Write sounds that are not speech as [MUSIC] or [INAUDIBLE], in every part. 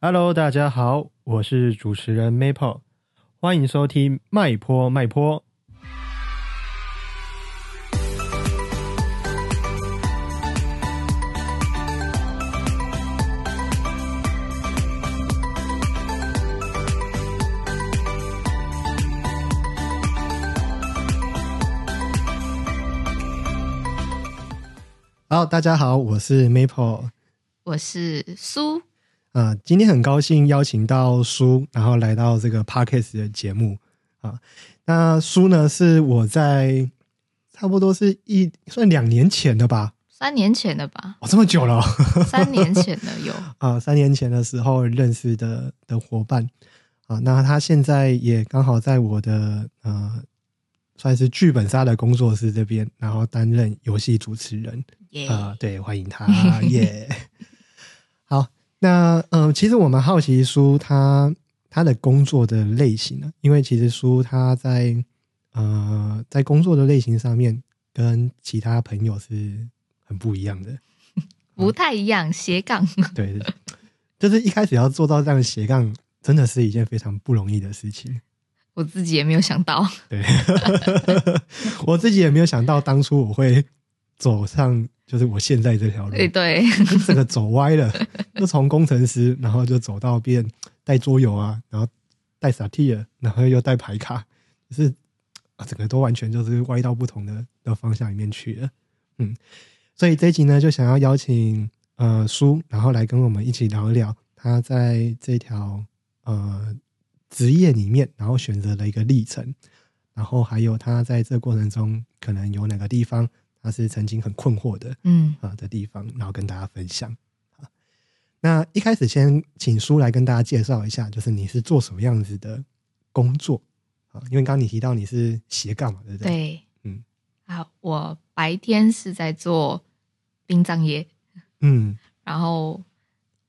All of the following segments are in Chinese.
Hello，大家好，我是主持人 Maple，欢迎收听麦坡麦坡。Hello，大家好，我是 Maple。我是苏，啊、今天很高兴邀请到苏，然后来到这个 podcast 的节目啊。那苏呢，是我在差不多是一算两年前的吧，，三年前的吧哦，这么久了哦、 [LAUGHS] 三年前的有，啊，三年前的时候认识的的伙伴啊，那他现在也刚好在我的呃，算是剧本杀的工作室这边，然后担任游戏主持人。[LAUGHS] 耶、啊、对，欢迎他耶。好，那嗯、呃其实我蛮好奇苏他他的工作的类型呢、因为其实苏他在呃在工作的类型上面跟其他朋友是很不一样的。不太一样，斜杠， [LAUGHS] 对，就是一开始要做到这样的斜杠，真的是一件非常不容易的事情。我自己也没有想到，对，我自己也没有想到当初我会走上就是我现在这条路。对 [LAUGHS] 对，这个走歪了，就从工程师，然后就走到变带桌游啊，然后带 s a t i r 然后又带牌卡，就是啊，整个都完全就是歪到不同的的方向里面去了。嗯，所以这一集呢，就想要邀请呃苏，然后来跟我们一起聊一聊他在这条呃职业里面，然后选择了一个历程，然后还有他在这过程中可能有哪个地方他是曾经很困惑的，嗯，啊的地方，然后跟大家分享。啊那一开始先请叔来跟大家介绍一下，就是你是做什么样子的工作啊？因为刚刚你提到你是斜杠嘛，对不对？对，嗯，啊，我白天是在做殡葬业，嗯，然后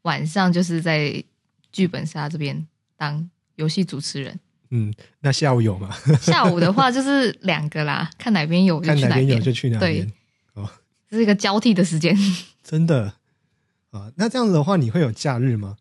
晚上就是在剧本杀这边当游戏主 [LAUGHS] 持人，嗯，那下午有吗？下午的话就是两个啦，看哪边有就看去哪边有边，就去哪边对，这是一个交替的时间。 [LAUGHS] 真的啊。那这样子的话，你会有假日吗？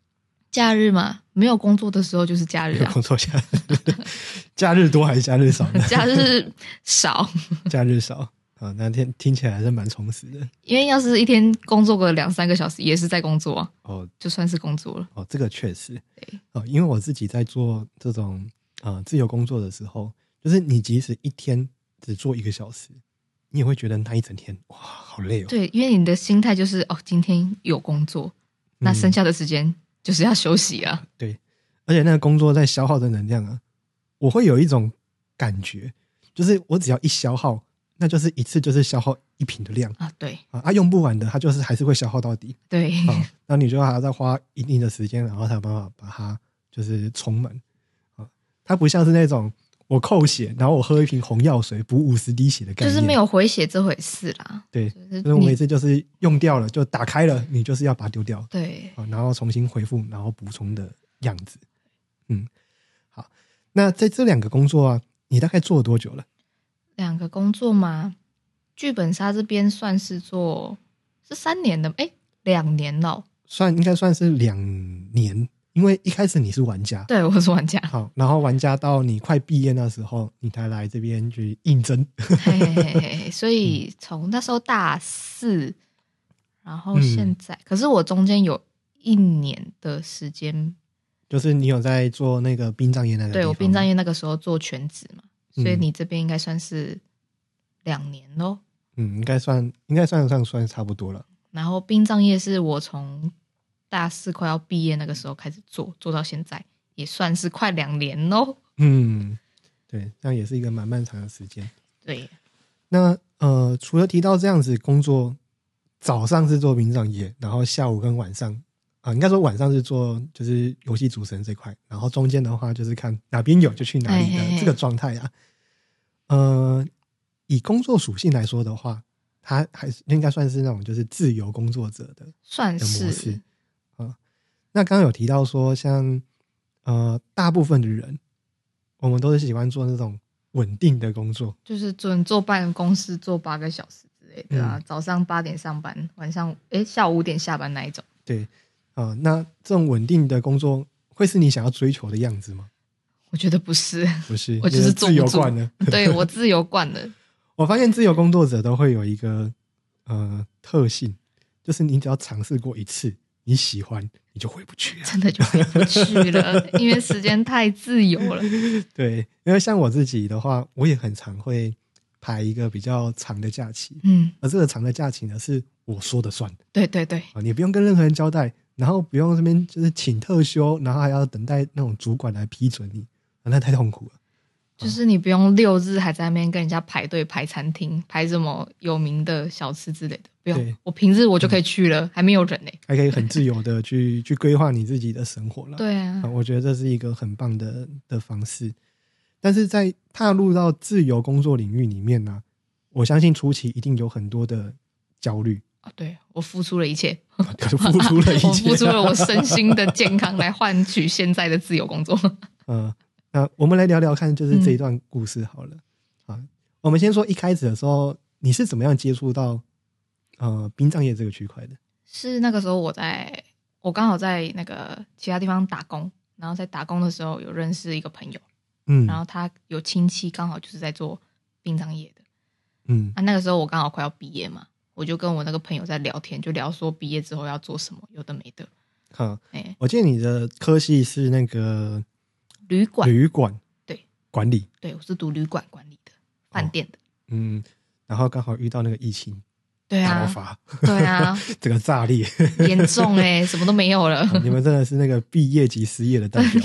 假日嘛，没有工作的时候就是假日有啊，工作假日， [LAUGHS] 假日多还是假日少 [LAUGHS] 呢？假日少。假日少啊，那天听起来还是蛮充实的因为要是一天工作个两三个小时，也是在工作啊，哦。就算是工作了。哦，这个确实对，哦，因为我自己在做这种呃自由工作的时候，就是你即使一天只做一个小时，你也会觉得那一整天哇好累哦。对，因为你的心态就是哦，今天有工作，嗯那剩下的时间就是要休息啊。对，而且那个工作在消耗的能量啊，我会有一种感觉，就是我只要一消耗，那就是一次就是消耗一瓶的量啊，对啊，啊用不完的，它就是还是会消耗到底。对， [LAUGHS] 啊，那你就还要再花一定的时间，然后才有办法把它就是充满啊。它不像是那种我扣血，然后我喝一瓶红药水补五十滴血的概就念，是没有回血这回事啦。对，就是就是我每你次就是用掉了就打开了，你就是要把它丢掉对啊，然后重新恢复，然后补充的样子。嗯，好，那在这两个工作啊，你大概做了多久了？两个工作嘛，剧本杀这边算是做是三年的，哎，两年了。算应该算是两年，因为一开始你是玩家，。对，我是玩家好，然后玩家到你快毕业那时候，你才来这边去应征。嘿嘿嘿嘿，所嗯以从那时候大四，然后嗯现在，可是我中间有一年的时间，就是你有在做那个殡葬业那个地方吗？对我殡葬业那个时候做全职嘛，所以嗯你这边应该算是两年咯。嗯，应该算，应该算得上算差不多了。然后殡葬业是我从大四快要毕业那个时候开始做，做到现在也算是快两年咯。嗯，对，这样也是一个蛮漫长的时间。对，那呃，除了提到这样子工作，早上是做殡葬业，然后下午跟晚上啊、应该说晚上是做就是游戏主持人这块，然后中间的话就是看哪边有就去哪里哎哎的哎这个状态啊。呃，以工作属性来说的话，它还是应该算是那种就是自由工作者的算的模式是啊。那刚刚有提到说，像呃，大部分的人，我们都是喜欢做那种稳定的工作，就是准坐办公室坐八个小时之类的啊，嗯早上八点上班，晚上诶下午五点下班那一种。对。啊、那这种稳定的工作会是你想要追求的样子吗？我觉得 [LAUGHS] 不是，不是，我就是你的坐自不由住惯了。对我自由惯了，我发现自由工作者都会有一个呃特性，就是你只要尝试过一次，你喜欢你就回不去啊了。真的就回不去了，因为时间太自由了。对，因为像我自己的话，我也很常会排一个比较长的假期，嗯，而这个长的假期呢是我说的算对对对，啊，你不用跟任何人交代，然后不用这边就是请特休，然后还要等待那种主管来批准你，啊、那太痛苦了。就是你不用六日还在那边跟人家排队排餐厅，排什么有名的小吃之类的，不对嗯用，我平日我就可以去了，还没有人呢、还可以很自由的去 [LAUGHS] 去规划你自己的生活了。对啊啊，，我觉得这是一个很棒的的方式。但是在踏入到自由工作领域里面呢、我相信初期一定有很多的焦虑， [LAUGHS] 啊对我付出了一切，付出 [LAUGHS] 了一切，啊 [LAUGHS] 我付出 [LAUGHS] 了我身心的健康来换取现在的自由工作。 [LAUGHS] 嗯，那我们来聊聊看，嗯就是这一段故事好了。啊，我们先说一开始的时候，你是怎么样接触到呃殡葬业这个区块的？是那个时候我在，我刚好在那个其他地方打工，然后在打工的时候有认识一个朋友，嗯然后他有亲戚刚好就是在做殡葬业的，嗯啊，那个时候我刚好快要毕业嘛，我就跟我那个朋友在聊天，就聊说毕业之后要做什么，有的没的。好、哎、我记得你的科系是那个旅馆，旅馆对管理，对我是读旅馆管理的，哦饭店的。嗯，然后刚好遇到那个疫情对大啊爆，发，对啊，整个炸 [LAUGHS] 裂，严重哎、 [LAUGHS] 什么都没有了。你们真的是那个毕业及失业的代 [LAUGHS] 表。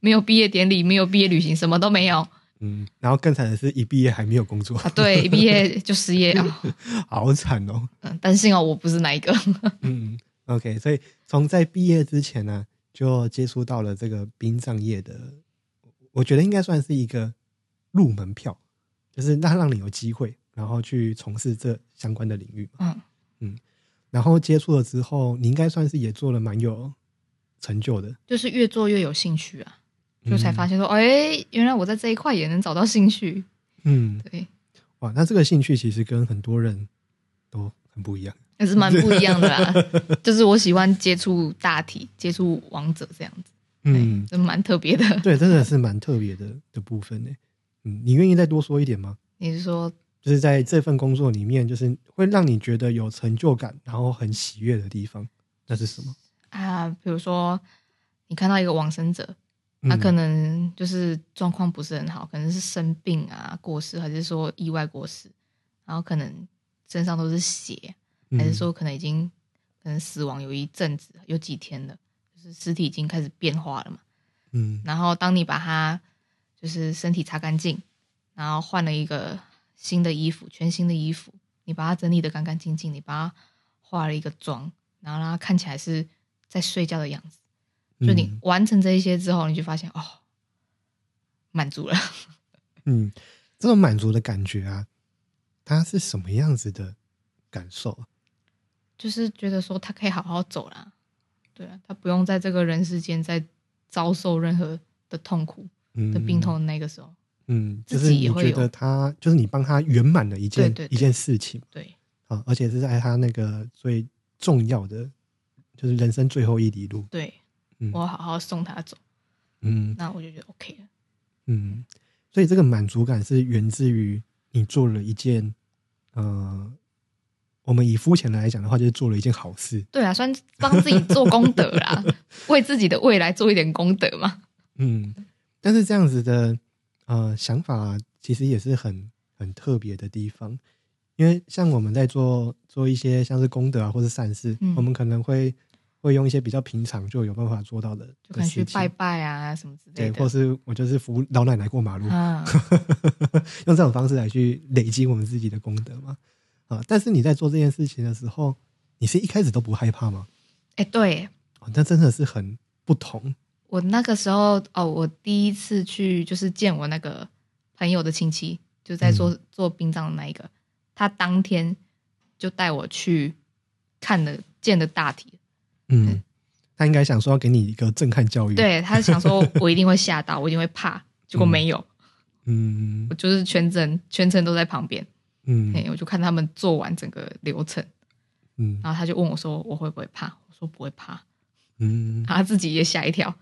没有毕业典礼，没有毕业旅行，什么都没有啊！嗯，然后更惨的是一毕业还没有工 [LAUGHS] 作，对， [LAUGHS] 一毕业就失业啊！好惨哦。嗯，担心哦，我不是那一个。嗯，OK，所以从在毕业之前呢、就接触到了这个殡葬业的，我觉得应该算是一个入门票，就是那让你有机会，然后去从事这相关的领域嘛。嗯，然后接触了之后，你应该算是也做了蛮有成就的，就是越做越有兴趣啊，就才发现，现说，哎、原来我在这一块也能找到兴趣。嗯，对，哇，那这个兴趣其实跟很多人都很不一样。还是蛮不一样的啦。就是我喜欢接触大体，接触王者这样子，嗯，这蛮特别的。 [LAUGHS] 对，真的是蛮特别的的部分呢。嗯，你愿意再多说一点吗？你是说，就是在这份工作里面，就是会让你觉得有成就感，然后很喜悦的地方，那是什么？啊，比如说你看到一个往生者，他嗯可能就是状况不是很好，可能是生病啊、过世，还是说意外过世，然后可能身上都是血，嗯还是，说可能已经可能死亡有一阵子、有几天了，就是尸体已经开始变化了嘛。嗯然后当你把它就是身体擦干净，然后换了一个新的衣服，全新的衣服，你把它整理的干干净净，你把它化了一个妆，然后让它看起来是在睡觉的样子。嗯就你完成这一些之后，你就发现哦，满足了。 [LAUGHS] 嗯，这种满足的感觉啊，它是什么样子的感受啊？就是觉得说他可以好好走啦，对啊，他不用在这个人世间再遭受任何的痛苦嗯，的病，痛。那个时候，嗯，就自是己你也会觉有得他，就是你帮他圆满了一件对对对一件事情对啊，而且是在他那个最重要的，就是人生最后一里路。对，嗯我好好送他走，嗯那我就觉得 OK 了。嗯，所以这个满足感是源自于你做了一件，呃，我们以肤浅的来讲的话，就是做了一件好事。对啊，算帮自己做功德 [LAUGHS] 啦，为自己的未来做一点功德嘛。嗯，但是这样子的呃想法、其实也是很很特别的地方，因为像我们在做做一些像是功德啊或是善事，嗯我们可能会会用一些比较平常就有办法做到的就可的能事去拜情，拜啊什么之类对，或的是我就是扶老奶奶过马路，啊。用这种方式来去累积我们自己的功德嘛。啊，但是你在做这件事情的时候，你是一开始都不害怕吗？哎、对哦，那真的是很不同。我那个时候哦，我第一次去就是见我那个朋友的亲戚，就在做、嗯做殡葬的那一个，他当天就带我去看了见了大体，嗯，他应该想说要给你一个震撼教育。，对他 [LAUGHS] 想说我一定会吓到，我一定会怕，结果没有，嗯嗯我就是全程全程都在旁边，嗯嘿，我就看他们做完整个流程，嗯然后他就问我说我会不会怕，我说不会怕，嗯，他自己也吓一跳，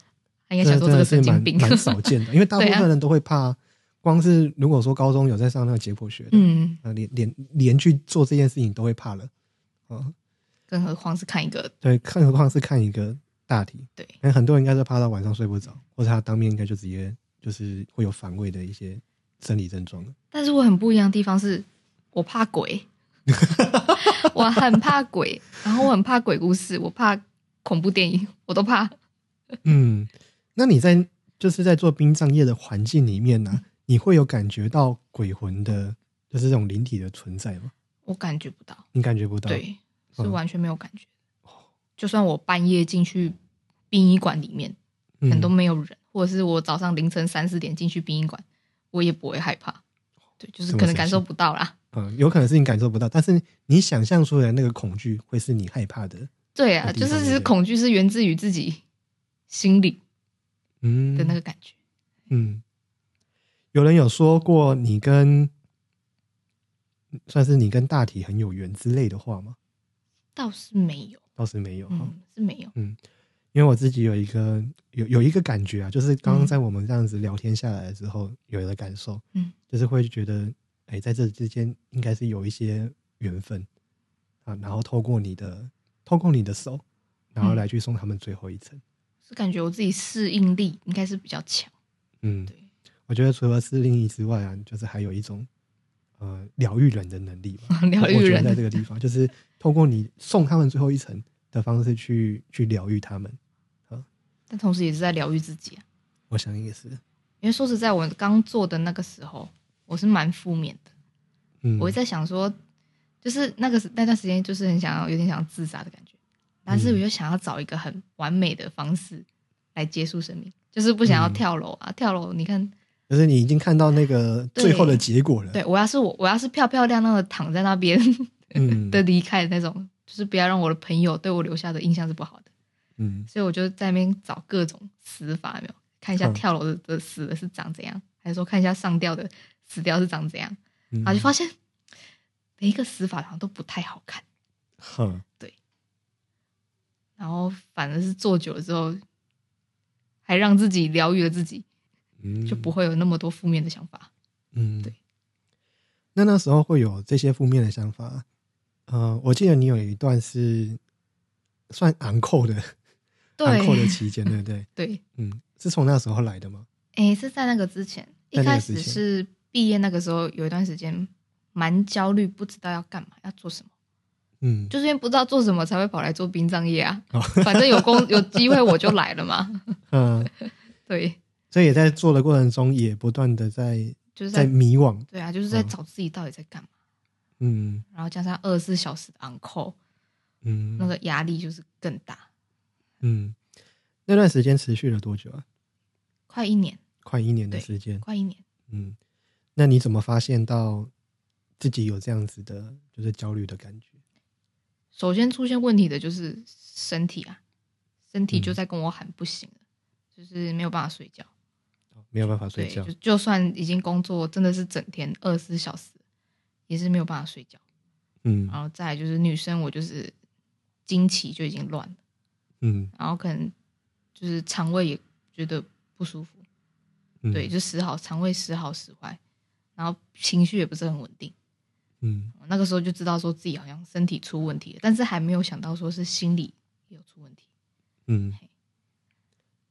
他应这该想说真这个的是神经蛮病，蛮少见的，因为大部对啊分人都会怕。光是如果说高中有在上那个解剖学的， [LAUGHS] 嗯，呃，连连连去做这件事情都会怕了，啊，更何况是看一个对，更何况是看一个大题，对因为很多人应该是怕到晚上睡不着，或者他当面应该就直接就是会有反胃的一些生理症状 [LAUGHS] 了。但是我很不一样的地方是，我怕鬼， [LAUGHS] 我很怕鬼，然后我很怕鬼故事，我怕恐怖电影，我都怕。嗯，那你在就是在做殡葬业的环境里面呢、你会有感觉到鬼魂的，就是这种灵体的存在吗？我感觉不到，你感觉不到？，对，是嗯完全没有感觉的。就算我半夜进去殡仪馆里面，嗯可能都没有人，或者是我早上凌晨三四点进去殡仪馆，我也不会害怕。对，就这是么可能神感奇受不到啦。嗯，有可能是你感受不到，但是你想象出来的那个恐惧会是你害怕的，对啊，有地就是方其实对恐惧是源自于自己心里嗯的那个感觉。嗯，有人有说过你跟算是你跟大体很有缘之类的话吗？倒是没有，倒是没有哈，嗯，是没有。因为我自己有一个有有一个感觉啊，就是刚刚嗯在我们这样子聊天下来之后，有的感受，嗯，就是会觉得，哎、在这之间应该是有一些缘分啊，然后透过你的透过你的手，然嗯后来去送他们最后一程。是感觉我自己适应力应该是比较强，嗯，对，我觉得除了适应力之外啊，就是还有一种呃疗愈人的能力吧。 [LAUGHS] [LAUGHS] 疗愈我觉得在这个人，地方，就是透过你送他们最后一程的方式去去疗愈他们。但同时也是在疗愈自己啊。我想也是，因为说实在，我刚做的那个时候，我是蛮负面的，嗯，我会在想说，就是那个时那段时间，就是很想要有点想要自杀的感觉，嗯但是我就想要找一个很完美的方式来结束生命，就是不想要嗯跳楼啊，跳楼，你看，就是你已经看到那个最后的结果了。对我要是我我要是漂漂亮亮的躺在那边嗯， [LAUGHS] 的离开的那种，就是不要让我的朋友对我留下的印象是不好的。嗯，所以我就在那边找各种死法，有没有看一下嗯跳楼的的死的是长怎样，还是说看一下上吊的死掉是长怎样，嗯，然后就发现每一个死法好像都不太好看，哼，然后反而是做久了之后，还让自己疗愈了自己，嗯，就不会有那么多负面的想法。嗯，对。那那时候会有这些负面的想法。呃，我记得你有一段是算昂扣的，昂扣的对期间，对不对？对，嗯，是从那时候来的吗？诶，哎是在那个之前，一在那个开之始前是毕业那个时候，有一段时间蛮焦虑，不知道要干嘛，要做什么。嗯，就是因为不知道做什么才会跑来做殡葬业啊哦。反正有工有机会我就来了嘛。嗯、对，所以也在做的过程中，也不断的在就是在在迷惘。对啊，就是在嗯找自己到底在干嘛。嗯然后加上二十四小时的 uncle，嗯，那个压力就是更大，嗯，那段时间持续了多久啊？快一年，快一年的对时间。快一年。嗯，那你怎么发现到自己有这样子的，就是焦虑的感觉？首先出现问题的就是身体啊，身嗯体就在跟我喊不行了，就是没有办法睡觉。哦没有办法睡对，觉就。就算已经工作，真的是整天二十四小时，也是没有办法睡觉。嗯然后再来就是女生，我就是经期就已经乱了。嗯然后可能就是肠胃也觉得不舒服，嗯，对，，就时好肠胃时好时坏，然后情绪也不是很稳定。嗯那个时候就知道说自己好像身体出问题了，但是还没有想到说是心理也有出问题。嗯嘿。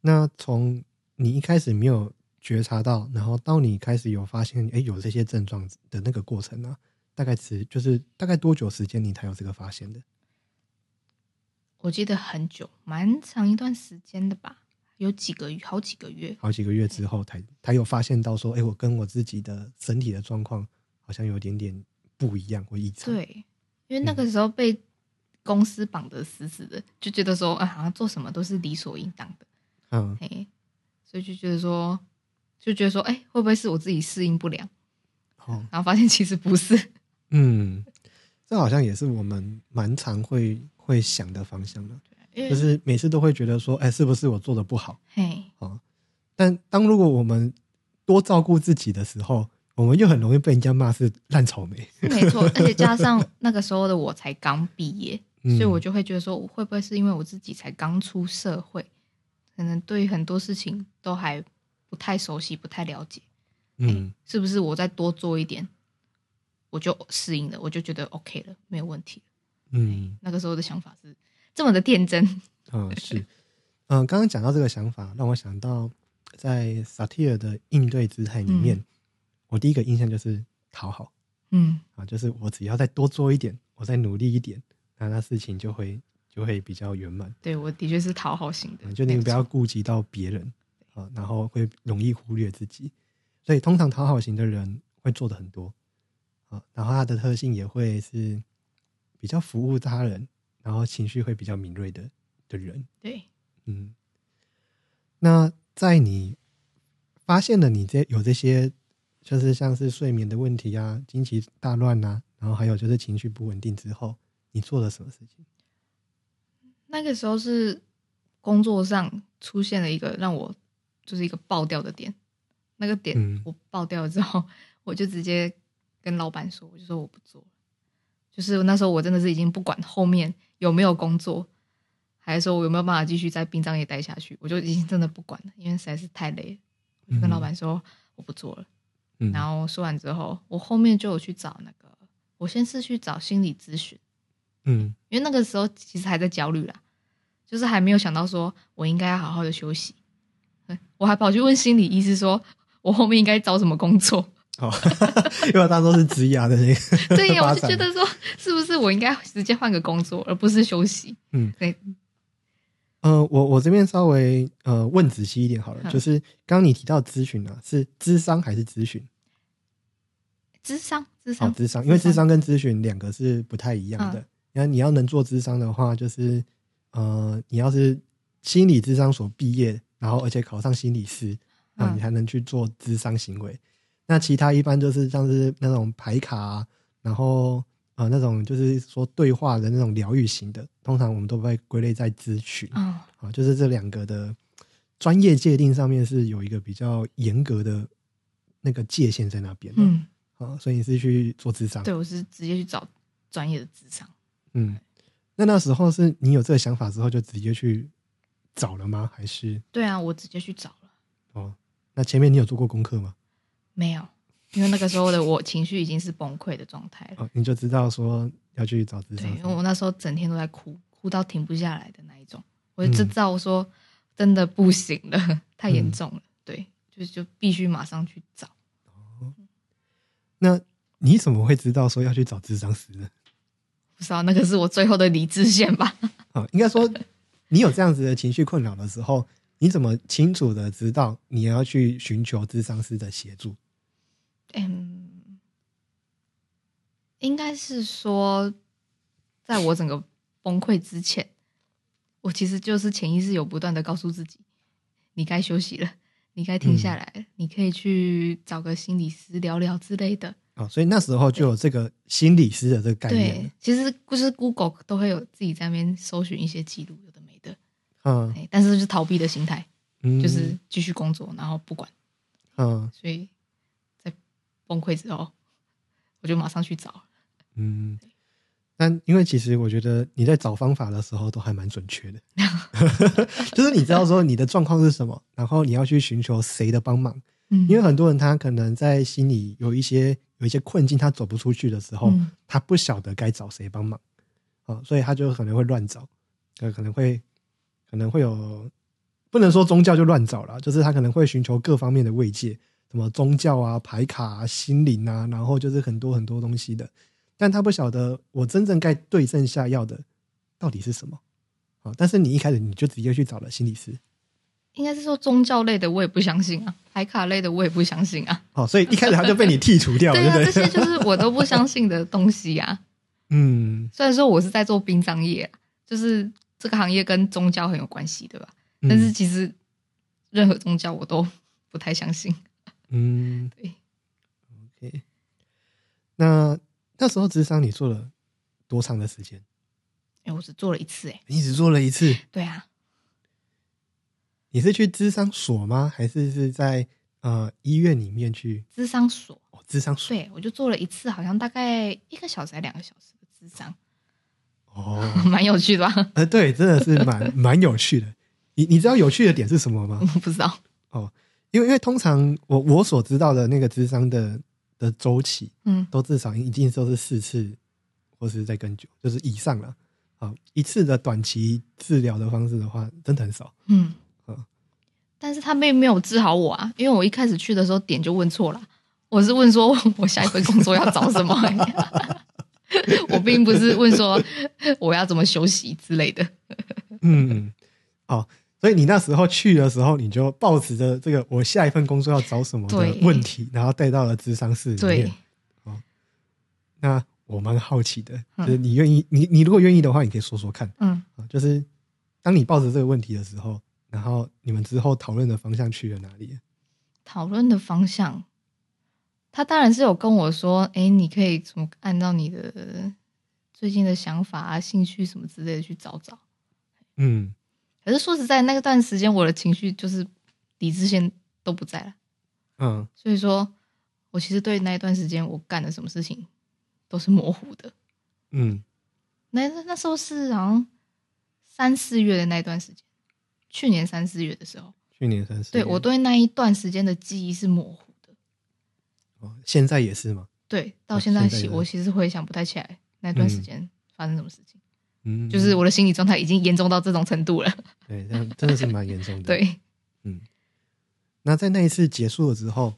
那从你一开始没有觉察到，然后到你开始有发现，哎，有这些症状的那个过程呢、大概持就是大概多久时间你才有这个发现的？我记得很久，蛮长一段时间的吧，有几个月，好几个月。好几个月之后才嗯才有发现到说，哎、我跟我自己的身体的状况好像有点点不一样或异常。，对，因为那个时候被公司绑得死死的，就觉得说啊，好像做什么都是理所应当的。嗯嘿，所以就觉得说，就觉得说，哎、会不会是我自己适应不良？好，然后发现其实不是，嗯，这好像也是我们蛮常会会想的方向了，因为、就是每次都会觉得说，哎、是不是我做的不好嘿，啊、但当如果我们多照顾自己的时候，我们又很 [LAUGHS] 容易被人家骂是烂草莓。没错，而且加上那个时候的我才刚毕业，嗯所以我就会觉得说，会不会是因为我自己才刚出社会，可能对于很多事情都还不太熟悉、不太了解，嗯是不是我再多做一点，我就适应了，我就觉得 OK 了，没有问题了。嗯那个时候的想法是这么的天真， [LAUGHS] 啊是，嗯，刚刚讲到这个想法，让我想到在萨提尔的应对姿态里面，我第一个印象就是讨好嗯啊，就是我只要再多做一点，我再努力一点，那那事情就会就会比较圆满。对我的确是讨好型的，嗯就你不没要有错顾及到别人啊，然后会容易忽略自己。所以通常讨好型的人会做的很多啊，然后他的特性也会是比较服务他人，然后情绪会比较敏锐的的人。对，嗯，那在你发现了你这有这些，就是像是睡眠的问题啊、经期大乱啊，然后还有就是情绪不稳定之后，你做了什么事情？那个时候是工作上出现了一个让我就是一个爆掉的点，那个点嗯我爆掉了之后，我就直接跟老板说，我就说我不做了。就是那时候我真的是已经不管后面有没有工作，还是说我有没有办法继续在殡葬业待下去，我就已经真的不管了，因为实在是太累了。我就跟老板说我不做了。嗯然后说完之后，我后面就有去找那个，我先是去找心理咨询。嗯因为那个时候其实还在焦虑啦，就是还没有想到说我应该要好好的休息。嗯我还跑去问心理医师说，我后面应该找什么工作？ [LAUGHS] 好，哦 [LAUGHS] 因为我当时是职涯的那个对呀，发我就展觉得说，是不是我应该直接换个工作，而不是休息？嗯对，呃，我我这边稍微呃问仔细一点好了，嗯就是刚刚你提到咨询啊，是咨商还是咨询？智商，智哦商，，咨商，因为咨嗯商跟咨询两个是不太一样的。那、你要能做咨商的话，就是呃，你要是心理咨商所毕业，然后而且考上心理师，啊，嗯你才能去做咨商行为。那其他一般就是像是那种牌卡、啊，然后呃那种就是说对话的那种疗愈型的，通常我们都被归类在咨询。嗯，啊，就是这两个的专业界定上面是有一个比较严格的那个界限在那边的、嗯，啊，所以你是去做智商，对，我是直接去找专业的智商。嗯，那那时候是你有这个想法之后就直接去找了吗？还是对啊，我直接去找了，哦，那前面你有做过功课吗？没有，因为那个时候的我情绪已经是崩溃的状态了。啊，你就知道说要去找智对，商因为我那时候整天都在哭，哭到停不下来的那一种，我就知嗯道我说真的不行了， [LAUGHS] 太严重了，对，就就必须马上去找。那你怎么会知道说要去找智商师呢？不知道那个是我最后的理智线吧？ [LAUGHS] 啊，应该说你有这样子的情绪困扰的时候，你怎么清楚的知道你要去寻求智商师的协助？嗯，应该是说，在我整个崩溃之前，我其实就是潜意识有不断的告诉自己，你该休息了，你该停下来了，你可以去找个心理师聊聊之类的。哦，所以那时候就有这个心理师的这个概念了对，其实就是 Google 都会有自己在那边搜寻一些记录，有的没的，嗯哎，但是就是逃避的心态，嗯，就是继续工作，然后不管，嗯所以在崩溃之后，我就马上去找，嗯。但因为其实我觉得你在找方法的时候都还蛮准确的， [LAUGHS] 就是你知道说你的状况是什么，然后你要去寻求谁的帮忙。嗯，因为很多人他可能在心里有一些有一些困境，他走不出去的时候，嗯他不晓得该找谁帮忙啊、所以他就可能会乱找，呃，可能会可能会有不能说宗教就乱找了，就是他可能会寻求各方面的慰藉，什么宗教啊、牌卡啊、心灵啊，然后就是很多很多东西的，但他不晓得我真正该对症下药的到底是什么啊、但是你一开始你就直接去找了心理师，应该是说宗教类的我也不相信啊，牌卡类的我也不相信啊，好、哦所以一开始他就被你剔除掉了， [LAUGHS] 对对啊，不这对？些就是我都不相信的东西啊。嗯虽然说我是在做殡葬业啊，就是这个行业跟宗教很有关系，对吧？嗯但是其实任何宗教我都不太相信。嗯，对， OK，那那时候智商你做了多长的时间？哎、我只做了一次、哎，你只做了一次，对啊，你是去智商所吗？还是是在呃医院里面去？智商所，哦，智商所对我就做了一次，好像大概一个小时还两个小时的智商，哦， [LAUGHS] 蛮有趣的啊吧？呃，对，真的是蛮蛮有趣的。你你知道有趣的点是什么吗 [LAUGHS] 我？不知道，因为因为通常我我所知道的那个智商的的周期，嗯都至少一定都是四次，或是再更久，就是以上了。啊，一次的短期治疗的方式的话，真的很少。嗯嗯但是他并没有治好我啊，因为我一开始去的时候点就问错了，我是问说 [LAUGHS] 我下一份工作要找什么、 [LAUGHS] 我并不是问说我要怎么休息之类的。嗯，哦，所以你那时候去的时候，你就抱持着这个我下一份工作要找什么的对问题，然后带到了智商室里对面。，那我蛮好奇的，嗯就是你愿意，你你如果愿意的话，你可以说说看嗯啊。就是当你抱着这个问题的时候，然后你们之后讨论的方向去了哪里？讨论的方向，他当然是有跟我说，哎、你可以什么按照你的最近的想法啊、兴趣什么之类的去找找。嗯，可是说实在，那段时间我的情绪就是理智线都不在了，嗯所以说我其实对那一段时间我干了什么事情都是模糊的。嗯那那时候是好像三四月的那一段时间，去年三四月的时候，去年三十，对我对那一段时间的记忆是模糊的。哦，现在也是吗？对，到啊现在现在其呢我其实回想不太起来那段时间发生什么事情，嗯，就是我的心理状态已经严重到这种程度了。对，这样真的是蛮严重的。， [LAUGHS] 对，那在那一次结束了之后，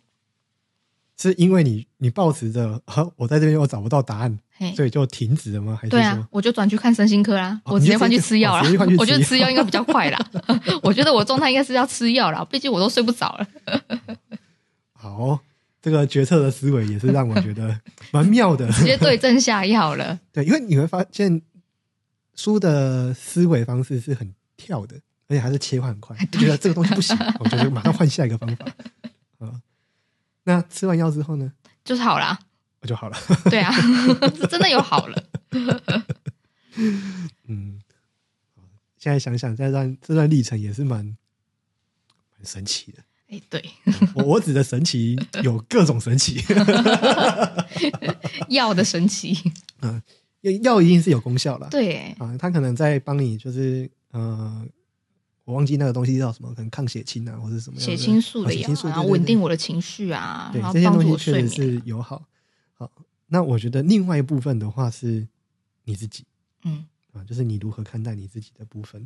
是因为你你抱持着呵我在这边又找不到答案，嘿，所以就停止了吗？还是对说啊，我就转去看身心科啦，哦我直接换去吃药啦。你就直接哦直接换去吃药我觉得吃药应该比较快啦， [LAUGHS] 我觉得我状态应该是要吃药啦，毕竟我都睡不着了。好，这个决策的思维也是让我觉 [LAUGHS] 得蛮妙的。直接对症下药了。对，因为你会发现书的思维方式是很跳的，而且还是切换很快，哎就觉得这个东西不行，我觉得马上换下一个方法。 [LAUGHS] 啊，那吃完药之后呢，就是好啦，我就好了。对啊， [LAUGHS] 真的有好了，嗯，现在想想这段这段历程也是蛮蛮神奇的。哎，对，我我指的神奇有各种神奇， [LAUGHS] 药的神奇，药一定是有功效啦。对，啊，它可能在帮你就是呃，我忘记那个东西叫什么，可能抗血清啊，或者什么样血的清素啊的血药清，素然后对对稳定对我的情绪啊，对然后这些帮东助西我睡确实眠是啊，友好。好，那我觉得另外一部分的话是你自己嗯，啊，就是你如何看待你自己的部分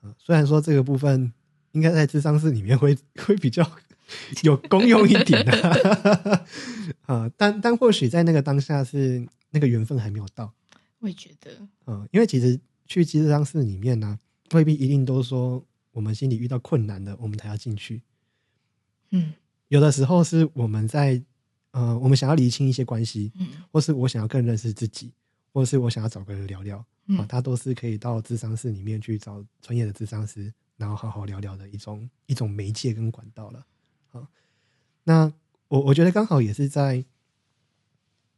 啊。虽然说这个部分应该在智商室里面会会比较有功用一点啊， [LAUGHS] 啊，但但或许在那个当下是那个缘分还没有到。我也觉得，嗯，因为其实去智商室里面呢、未必一定都说我们心里遇到困难的，我们才要进去。嗯有的时候是我们在呃，我们想要厘清一些关系，嗯。或是我想要更认识自己，或是我想要找个人聊聊，嗯啊，它都是可以到智商室里面去找专业的智商师，然后好好聊聊的一种一种媒介跟管道了。啊，那我我觉得刚好也是在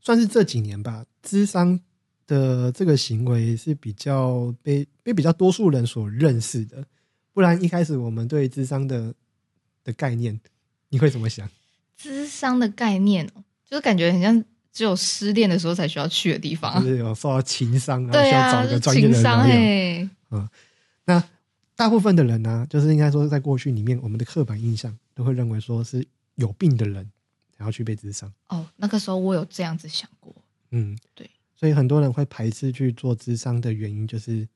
算是这几年吧，智商的这个行为是比较被被比较多数人所认识的，不然一开始我们对智商的的概念，你会怎么想？智商的概念哦，就是感觉很像只有失恋的时候才需要去的地方就啊。是有受到情伤，然后对需要找啊，一就个是专业情的人商聊聊。哎，那大部分的人呢、就是应该说，在过去里面，我们的刻板印象都会认为说是有病的人才要去被智商。哦，那个时候我有这样子想过，嗯，对。所以很多人会排斥去做智商的原因，就是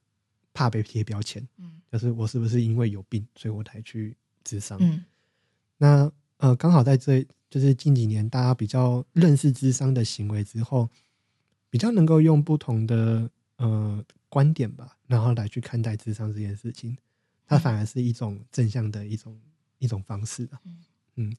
怕被贴标签，嗯就是我是不是因为有病，所以我才去智商？嗯那呃，刚好在这就是近几年大家比较认识智商的行为之后，比较能够用不同的呃观点吧，然后来去看待智商这件事情，它反而是一种正向的一种一种方式啊嗯。嗯，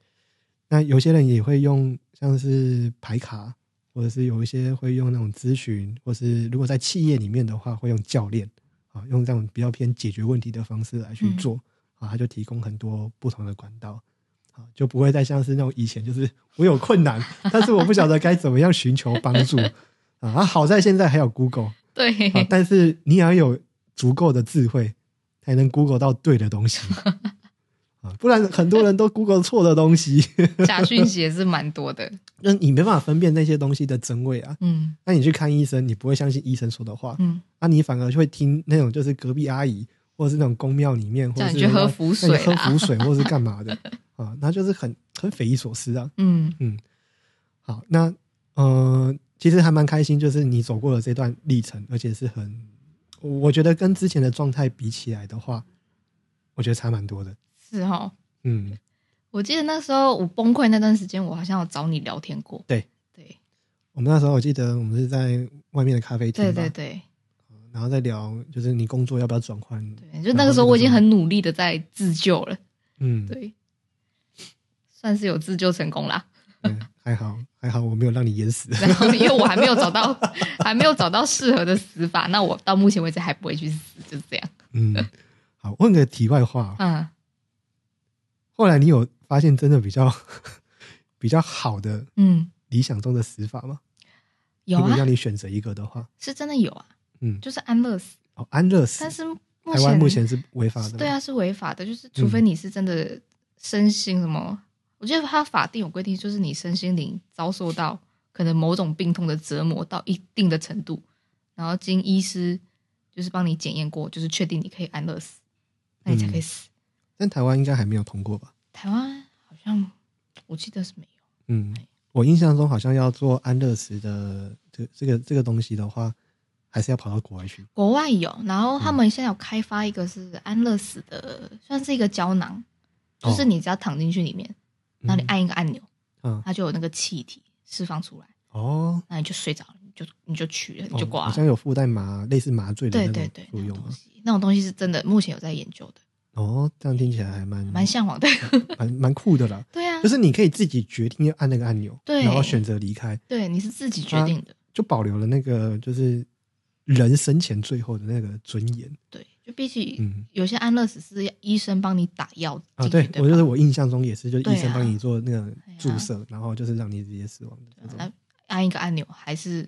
那有些人也会用像是牌卡，或者是有一些会用那种咨询，或是如果在企业里面的话，会用教练啊，用这种比较偏解决问题的方式来去嗯做。啊，他就提供很多不同的管道，啊，就不会再像是那种以前就是我有困难，但是我不晓得该怎么样寻求帮助 [LAUGHS] 啊。啊好在现在还有 Google，对啊，但是你也要有足够的智慧，才能 Google 到对的东西。啊，不然很多人都 Google 错的东西， [LAUGHS] [LAUGHS] 假讯息也是蛮多的。那你没办法分辨那些东西的真伪啊。嗯那你去看医生，你不会相信医生说的话，嗯，啊，你反而就会听那种就是隔壁阿姨，或者是那种宫庙里面，或叫者你是去喝符水啊那你喝啦符水，或者是干嘛的啊，那就是很很匪夷所思啊。嗯好，那呃，其实还蛮开心，就是你走过了这段历程，而且是很，我觉得跟之前的状态比起来的话，我觉得差蛮多的。是哦。嗯，我记得那时候我崩溃那段时间，我好像有找你聊天过。对对我们那时候我记得我们是在外面的咖啡厅吧，对对对然后再聊就是你工作要不要转换，对，就那个时候我已经很努力的在自救了，嗯，对，算是有自救成功啦。嗯还好还好我没有让你淹死。 [LAUGHS] 然后因为我还没有找到， [LAUGHS] 还没有找到适合的死法，那我到目前为止还不会去死，就是这样。嗯，好，问个题外话，嗯，后来你有发现真的比较 [LAUGHS] 比较好的嗯，理想中的死法吗？有如果啊，让你选择一个的话，是真的有啊，嗯，就是安乐死，哦，安乐死但，是目台湾目前前是违法的，嗯对，啊是违法的，就是除非你是真的身心什么，我记得他法定有规定，就是你身心灵遭受到可能某种病痛的折磨到一定的程度，然后经医师就是帮你检验过，就是确定你可以安乐死，那嗯你才可以死。但台湾应该还没有通过吧？台湾好像我记得是没有，嗯，我印象中好像要做安乐死的这这个这个东西的话，还是要跑到国外去。国外有，然后他们现在有开发一个是安乐死的，算是一个胶囊，哦就是你只要躺进去里面，然后你按一个按钮，嗯，它就有那个气体释放出来，哦，那你就睡着了，你就你就去了，哦你就挂好了。像有附带麻类似麻醉的对那对种对，作那种用东啊。西，那种东西是真的，目前有在研究的，哦，这样听起来还蛮蛮向往的。 [LAUGHS] 蛮蛮酷的啦。对 [LAUGHS] 啊就，是你可以自己决定要按那个按钮，对然后选择离开，对，你是自己决定的，就保留了那个就是人生前最后的那个尊严。对，就比起嗯，有些安乐死是医生帮你打药啊，进对去，我就是吧？我印象中也是，就是医对生啊帮你做那个对啊注射，然后就是让你直接死亡的那种。那按一个按钮还是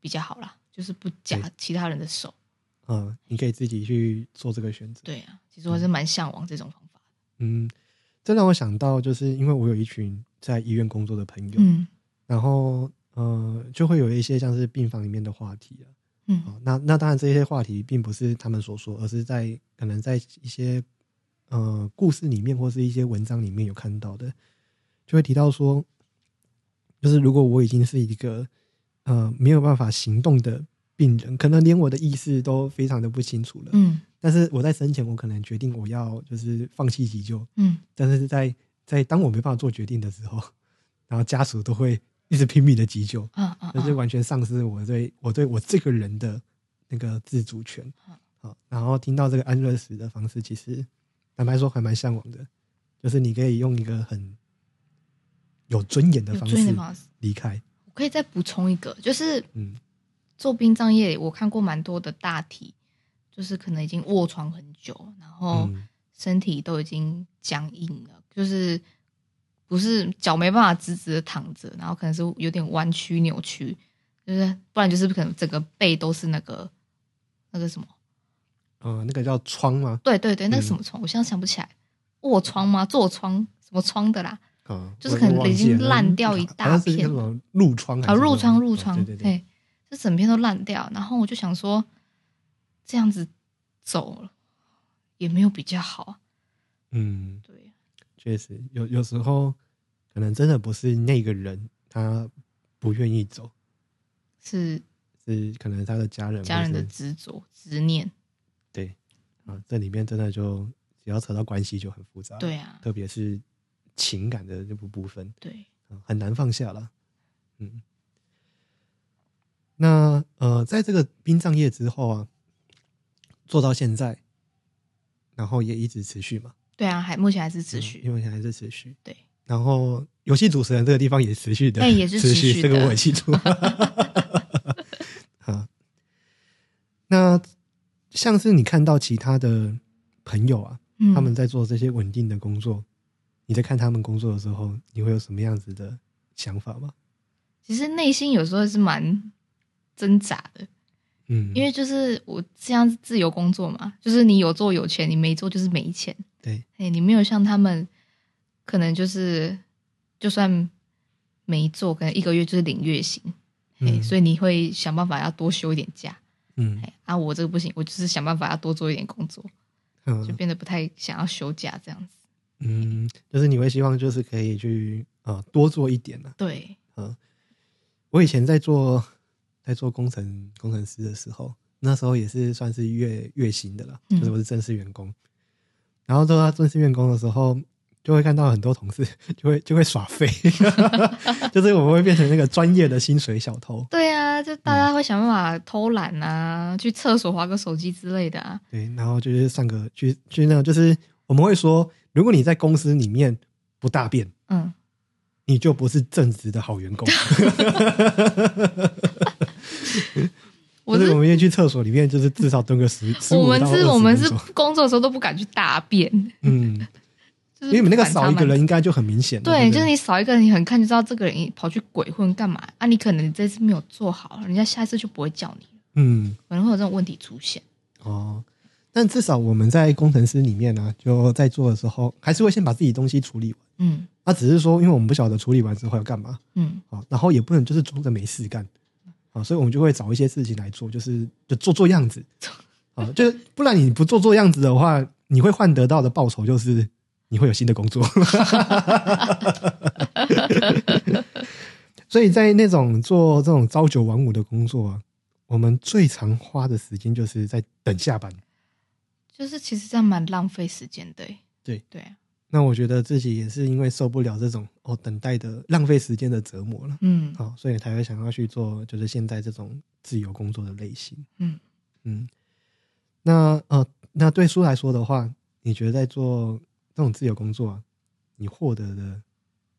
比较好啦，就是不夹对其他人的手。嗯，你可以自己去做这个选择。对啊，其实我还是蛮向往这种方法。嗯，这让我想到，就是因为我有一群在医院工作的朋友，嗯然后呃，就会有一些像是病房里面的话题啊。嗯哦那那当然，这些话题并不是他们所说，而是在可能在一些呃故事里面或是一些文章里面有看到的，就会提到说，就是如果我已经是一个呃没有办法行动的病人，可能连我的意识都非常的不清楚了，嗯但是我在生前我可能决定我要就是放弃急救，嗯，但是在在当我没办法做决定的时候，然后家属都会一直拼命的急救，啊啊那就完全丧失我对我对我这个人的那个自主权嗯。好，然后听到这个安乐死的方式，其实坦白说还蛮向往的，就是你可以用一个很有尊严的嗯有方尊严式的方式。离开。我可以再补充一个，就是嗯做殡葬业，我看过蛮多的大体，就是可能已经卧床很久，然后嗯身体都已经僵硬了，就是不是脚没办法直直的躺着，然后可能是有点弯曲扭曲，就是不然就是可能整个背都是那个那个什么。呃，那个叫窗吗？对对对，那个嗯什么窗，我现在想不起来，卧窗吗？坐窗什么窗的啦？啊，就是我可能我忘已记经了烂掉一好像大是那片种褥窗还啊，是褥什窗么褥啊窗，对对对，这整片都烂掉。然后我就想说，这样子走了也没有比较好啊。嗯，对，啊确实有有时候可能真的不是那个人他不愿意走，是是可能他的家人家或人的是执着执念。对，啊，这里面真的就只要扯到关系就很复杂，，对啊，特别是情感的这部部分，对，啊很难放下了。嗯，那呃，在这个殡葬业之后啊，做到现在，然后也一直持续嘛，对啊，还目前还是持嗯续。因为现在还是持续。对，然后游戏主持人这个地方也持续的，哎也是 [LAUGHS] 持持续这个的我也记住。 [LAUGHS] 好，那像是你看到其他的朋友啊，嗯，他们在做这些稳定的工作，你在看他们工作的时候，你会有什么样子的想法吗？其实内心有时候是蛮挣扎的，嗯，因为就是我这样是自由工作嘛，就是你有做有钱，你没做就是没钱。对，哎，你没有像他们，可能就是就算没做，可能一个月就是领月薪，哎、嗯所以你会想办法要多休一点假。嗯哎，啊，我这个不行，我就是想办法要多做一点工作，就嗯变得不太想要休假这样子。嗯，就是你会希望就是可以去呃多做一点呢、对，我以前在做在做工程工程师的时候，那时候也是算是月月薪的啦，嗯就是我是正式员工。然后做到正式员工的时候，就会看到很多同事就会就会耍 [LAUGHS] 废， [LAUGHS] 就是我们会变成那个专业的薪水小偷。对啊，就大家会想办法偷懒啊，去厕所划个手机之类的啊。对，然后就是上个去去那个，就是我们会说，如果你在公司里面不大便，嗯，你就不是正直的好员工。 [LAUGHS] 我就是我们也去厕所里面，就是至少蹲个十十我五们到是我们二是十分钟。工作的时候都不敢去大便，嗯，就因是为你们那个反差少一个蛮人，应该就很明显了。对，不就是你少一个人，你很看就知道这个人跑去鬼混干嘛啊？你可能这次没有做好，人家下次就不会叫你了，嗯可能会有这种问题出现。哦，但至少我们在工程师里面呢、就在做的时候，还是会先把自己东西处理完。嗯那、只是说，因为我们不晓得处理完之后要干嘛嗯，啊、哦然后也不能就是装着没事干啊、哦所以我们就会找一些事情来做，就是就做做样子啊、哦就是不然你不做做样子的话，你会换得到的报酬就是你会有新的工作。 [LAUGHS] 所以在那种做这种朝九晚五的工作啊，我们最常花的时间就是在等下班。就是其实这样蛮浪费时间的欸。对对啊，那我觉得自己也是因为受不了这种哦等待的浪费时间的折磨了，嗯好、哦所以才会想要去做就是现在这种自由工作的类型。嗯，嗯，那呃，那对书来说的话，你觉得在做这种自由工作、啊，你获得的，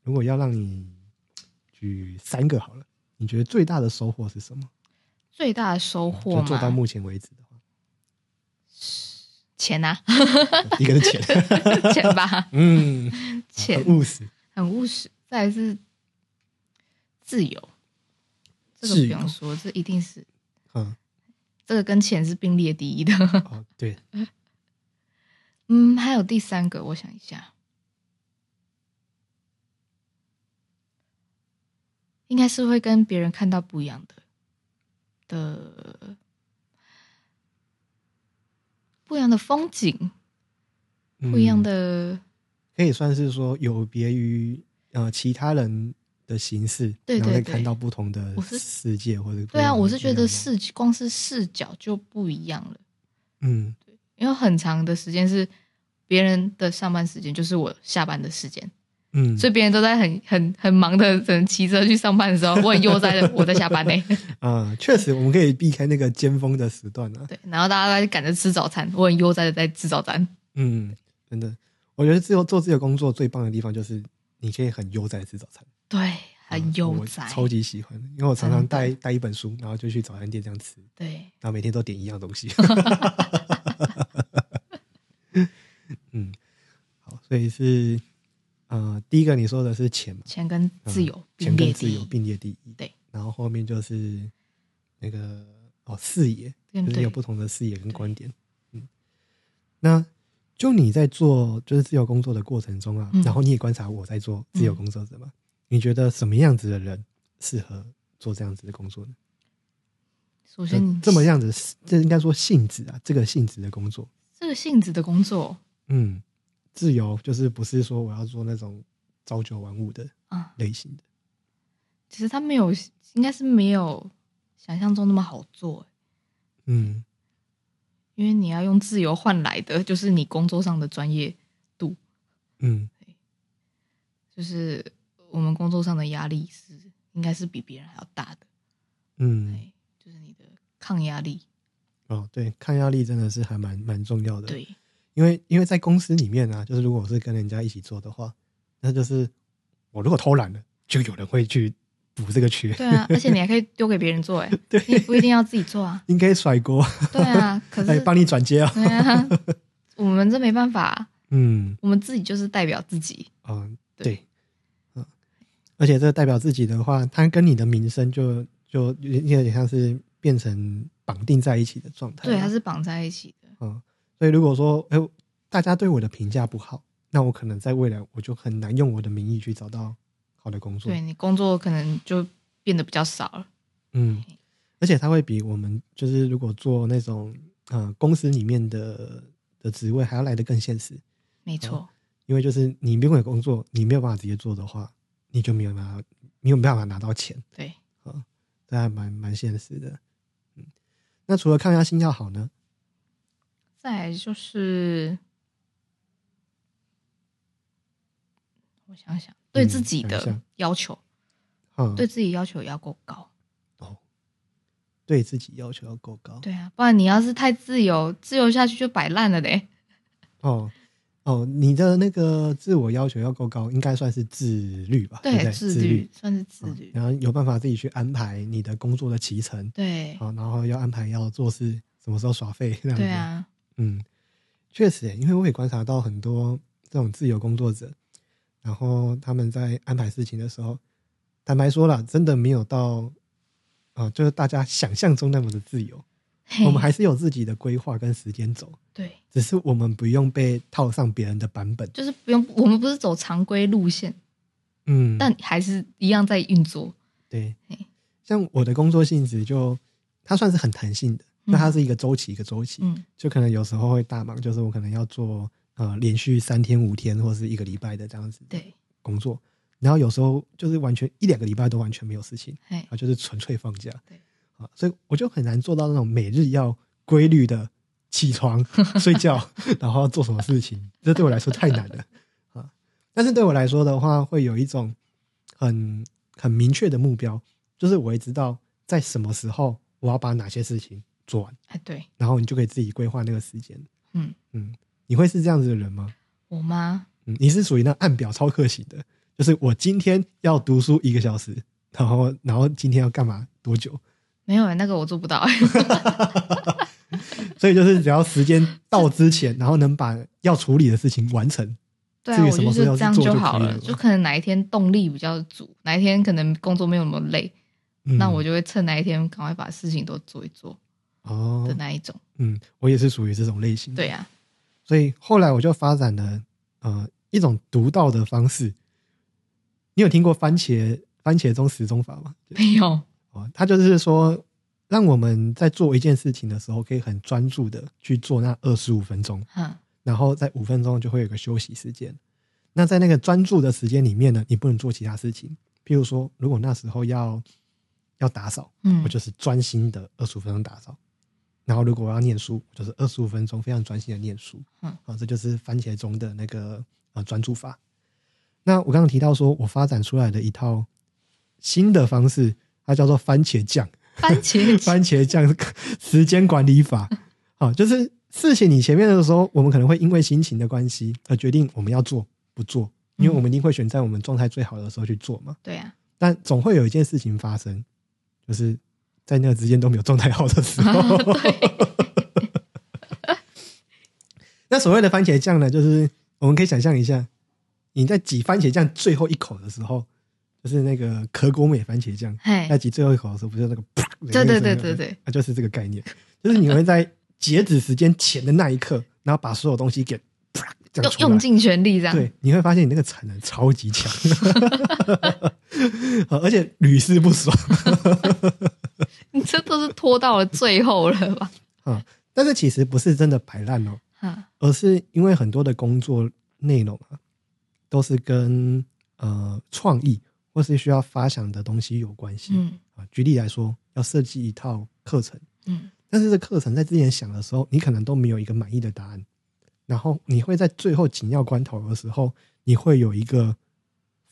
如果要让你举三个好了，你觉得最大的收获是什么？最大的收获就做到嘛，目前为止的话，钱啊， [LAUGHS] 一个是钱，钱吧，嗯，钱很务实，很务实，再来是自由，这个不自由用说，这一定是嗯，这个跟钱是并列第一的。哦，对，嗯，还有第三个，我想一下，应该是会跟别人看到不一样的的不一样的风景，嗯不一样的、可以算是说有别于呃其他人的形式，对对然后再对看到不同的我是世界或者不对一啊，样的我是觉面得貌，视光是视角就不一样了，嗯因为很长的时间是别人的上班时间，就是我下班的时间，嗯，所以别人都在很很很忙的，可能骑车去上班的时候，我很悠哉的我在下班呢、啊，确实我们可以避开那个尖峰的时段啊，对，然后大家在赶着吃早餐，我很悠哉的在吃早餐。嗯，真的，我觉得自由做自由工作最棒的地方就是你可以很悠哉地吃早餐，啊对，很悠我哉，超级喜欢，因为我常常真的带带一本书，然后就去早餐店这样吃，对，然后每天都点一样东 [LAUGHS] 西。嗯，好，所以是呃，第一个你说的是钱嘛，嗯钱跟自由钱并跟列自第由一，并列第一，对，然后后面就是那个哦视野，嗯就是对有不同的视野跟观点，嗯，那。就你在做就是自由工作的过程中啊，嗯然后你也观察我在做自由工作者嘛，你觉得什么样子的人适合做这样子的工作呢？首先你这么样子，这应该说性质啊，这个性质的工作，这个性质的工作嗯，自由就是不是说我要做那种朝九晚五的啊，类型的，其实它没有，应该是没有想象中那么好做，嗯因为你要用自由换来的就是你工作上的专业度，嗯就是我们工作上的压力是应该是比别人还要大的，嗯，对，就是你的抗压力，哦，对，抗压力真的是还蛮蛮重要的，，对，因为因为在公司里面啊，就是如果我是跟人家一起做的话，那就是我如果偷懒了，就有人会去补这个缺，对啊，而且你还可以丢给别人 [LAUGHS] 做，哎，你也不一定要自己做啊，应该甩锅，对啊，可哎，是帮你转接 [LAUGHS] 啊，对啊，我们这没办法、嗯。我们自己就是代表自己。嗯，哦对对，嗯，而且这代表自己的话，它跟你的名声就就有点有点像是变成绑定在一起的状态。对，它是绑在一起的。嗯，所以如果说，哎、大家对我的评价不好，那我可能在未来我就很难用我的名义去找到好的工作。对你工作可能就变得比较少了。嗯，而且它会比我们就是如果做那种呃公司里面的的职位还要来得更现实，没错，因为就是你如果有工作，你没有办法直接做的话，你就没有办法，你有没有办法拿到钱，对，这还蛮蛮现实的。嗯，那除了抗压性要好呢？再来就是，我想想，对自己想一的下要求，嗯，对自己要求也要够高。对自己要求要够高。对啊，不然你要是太自由，自由下去就摆烂了嘞。哦哦，你的那个自我要求要够高，应该算是自律吧？对不对，自自律算是自嗯律。然后有办法自己去安排你的工作的骑程，对，好，然后要安排要做事，什么时候耍废这样子。对啊，嗯，确实耶，因为我也观察到很多这种自由工作者，然后他们在安排事情的时候，坦白说了，真的没有到啊、就是大家想象中那么的自由。嘿我们还是有自己的规划跟时间轴，对，只是我们不用被套上别人的版本。就是不用，我们不是走常规路线，嗯，但还是一样在运作。对嘿，像我的工作性质就它算是很弹性的，那它是一个周期一个周期，嗯，就可能有时候会大忙，就是我可能要做呃连续三天五天或是一个礼拜的这样子的对，工作，然后有时候就是完全一两个礼拜都完全没有事情，嘿，啊，就是纯粹放假，对啊，所以我就很难做到那种每日要规律的起床、 [LAUGHS] 睡觉，然后做什么事情，这对我来说太难 [LAUGHS] 了啊。但是对我来说的话，会有一种很很明确的目标，就是我会知道在什么时候我要把哪些事情做完，哎，对然后你就可以自己规划那个时间。嗯嗯，你会是这样子的人吗？我妈，嗯，你是属于那按表操课型的，就是我今天要读书一个小时，然后然后今天要干嘛多久，没有、那个我做 [LAUGHS] 不到、所以就是只要时间到之前，然后能把要处理的事情完成。对啊，至于我什么就时候是这要样去做就好可以了，了就可能哪一天动力比较足，哪一天可能工作没有那么累，嗯那我就会趁哪一天赶快把事情都做一做的哦，那一种。嗯，我也是属于这种类型。对，啊，所以后来我就发展了呃一种独到的方式。你有听过番茄番茄钟时钟法吗？没有，哦，它就是说，让我们在做一件事情的时候，可以很专注的去做那二十五分钟。哈，然后在五分钟就会有个休息时间。那在那个专注的时间里面呢，你不能做其他事情。譬如说，如果那时候要要打扫，嗯我，就是专心的二十五分钟打扫；然后如果我要念书，我就是二十五分钟非常专心的念书。嗯啊，这就是番茄钟的那个呃专注法。那我刚刚提到说，我发展出来的一套新的方式，它叫做番茄酱。番茄番茄酱时间管理法。 [LAUGHS] 好，就是事情你前面的时候，我们可能会因为心情的关系而决定我们要做不做，因为我们一定会选在我们状态最好的时候去做嘛。对啊，但总会有一件事情发生，就是在那个之间都没有状态好的时候。 [LAUGHS] 那所谓的番茄酱呢，就是我们可以想象一下，你在挤番茄酱最后一口的时候，就是那个可果美番茄酱，嘿那，挤最后一口的时候，不是那个啪？哎对对对对对啊，就是这个概念， [LAUGHS] 就是你会在截止时间前的那一刻，然后把所有东西给啪这样用出来用尽全力这样，对，你会发现你那个产能超级强， [LAUGHS] 好而且屡试不爽。你这都是拖到了最后了吧？但是其实不是真的摆烂哦，哈，而是因为很多的工作内容啊，都是跟呃创意或是需要发想的东西有关系、嗯啊。举例来说，要设计一套课程。嗯，但是这课程在之前想的时候，你可能都没有一个满意的答案，然后你会在最后紧要关头的时候，你会有一个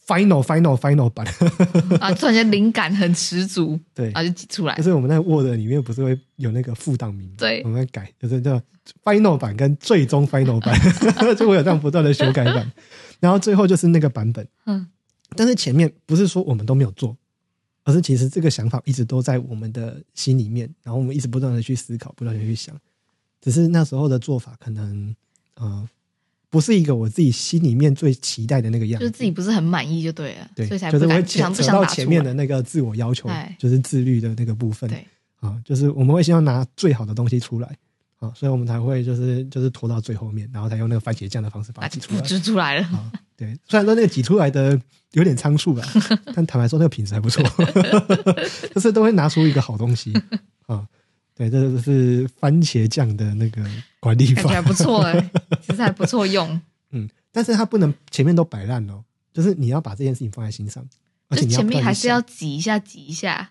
final final final 版， [LAUGHS] 啊，突然间灵感很十足，对，然后就挤出来就，是我们在 Word 里面不是会有那个副档名，对我们会改，就是叫 final 版跟最终 final 版， [LAUGHS] 就会有这样不断的修改版，然后最后就是那个版本，嗯，但是前面不是说我们都没有做，而是其实这个想法一直都在我们的心里面，然后我们一直不断的去思考，不断的去想，只是那时候的做法可能，呃，不是一个我自己心里面最期待的那个样就子，是自己不是很满意就对了，对，所以才就是不我敢会不扯想不扯想到打前出面来的，那个自我要求哎，就是自律的那个部分，对，啊，就是我们会希望拿最好的东西出来啊，所以我们才会就是就是拖到最后面，然后才用那个番茄酱的方式 [LAUGHS] 把它把挤出来啊就 [LAUGHS] 出来了。啊。对，虽然说那个挤出来的有点仓促吧，啊 [LAUGHS] 但坦白说那个品质还不错，就是都会拿出一个好 [LAUGHS] 东西啊。对，这就是番茄酱的那个管理感觉还法。不错哎、 [LAUGHS] 其实还不错用，嗯，但是它不能前面都摆烂哦，就是你要把这件事情放在心上，而就且你要前不断面地还是想要挤一下挤一下，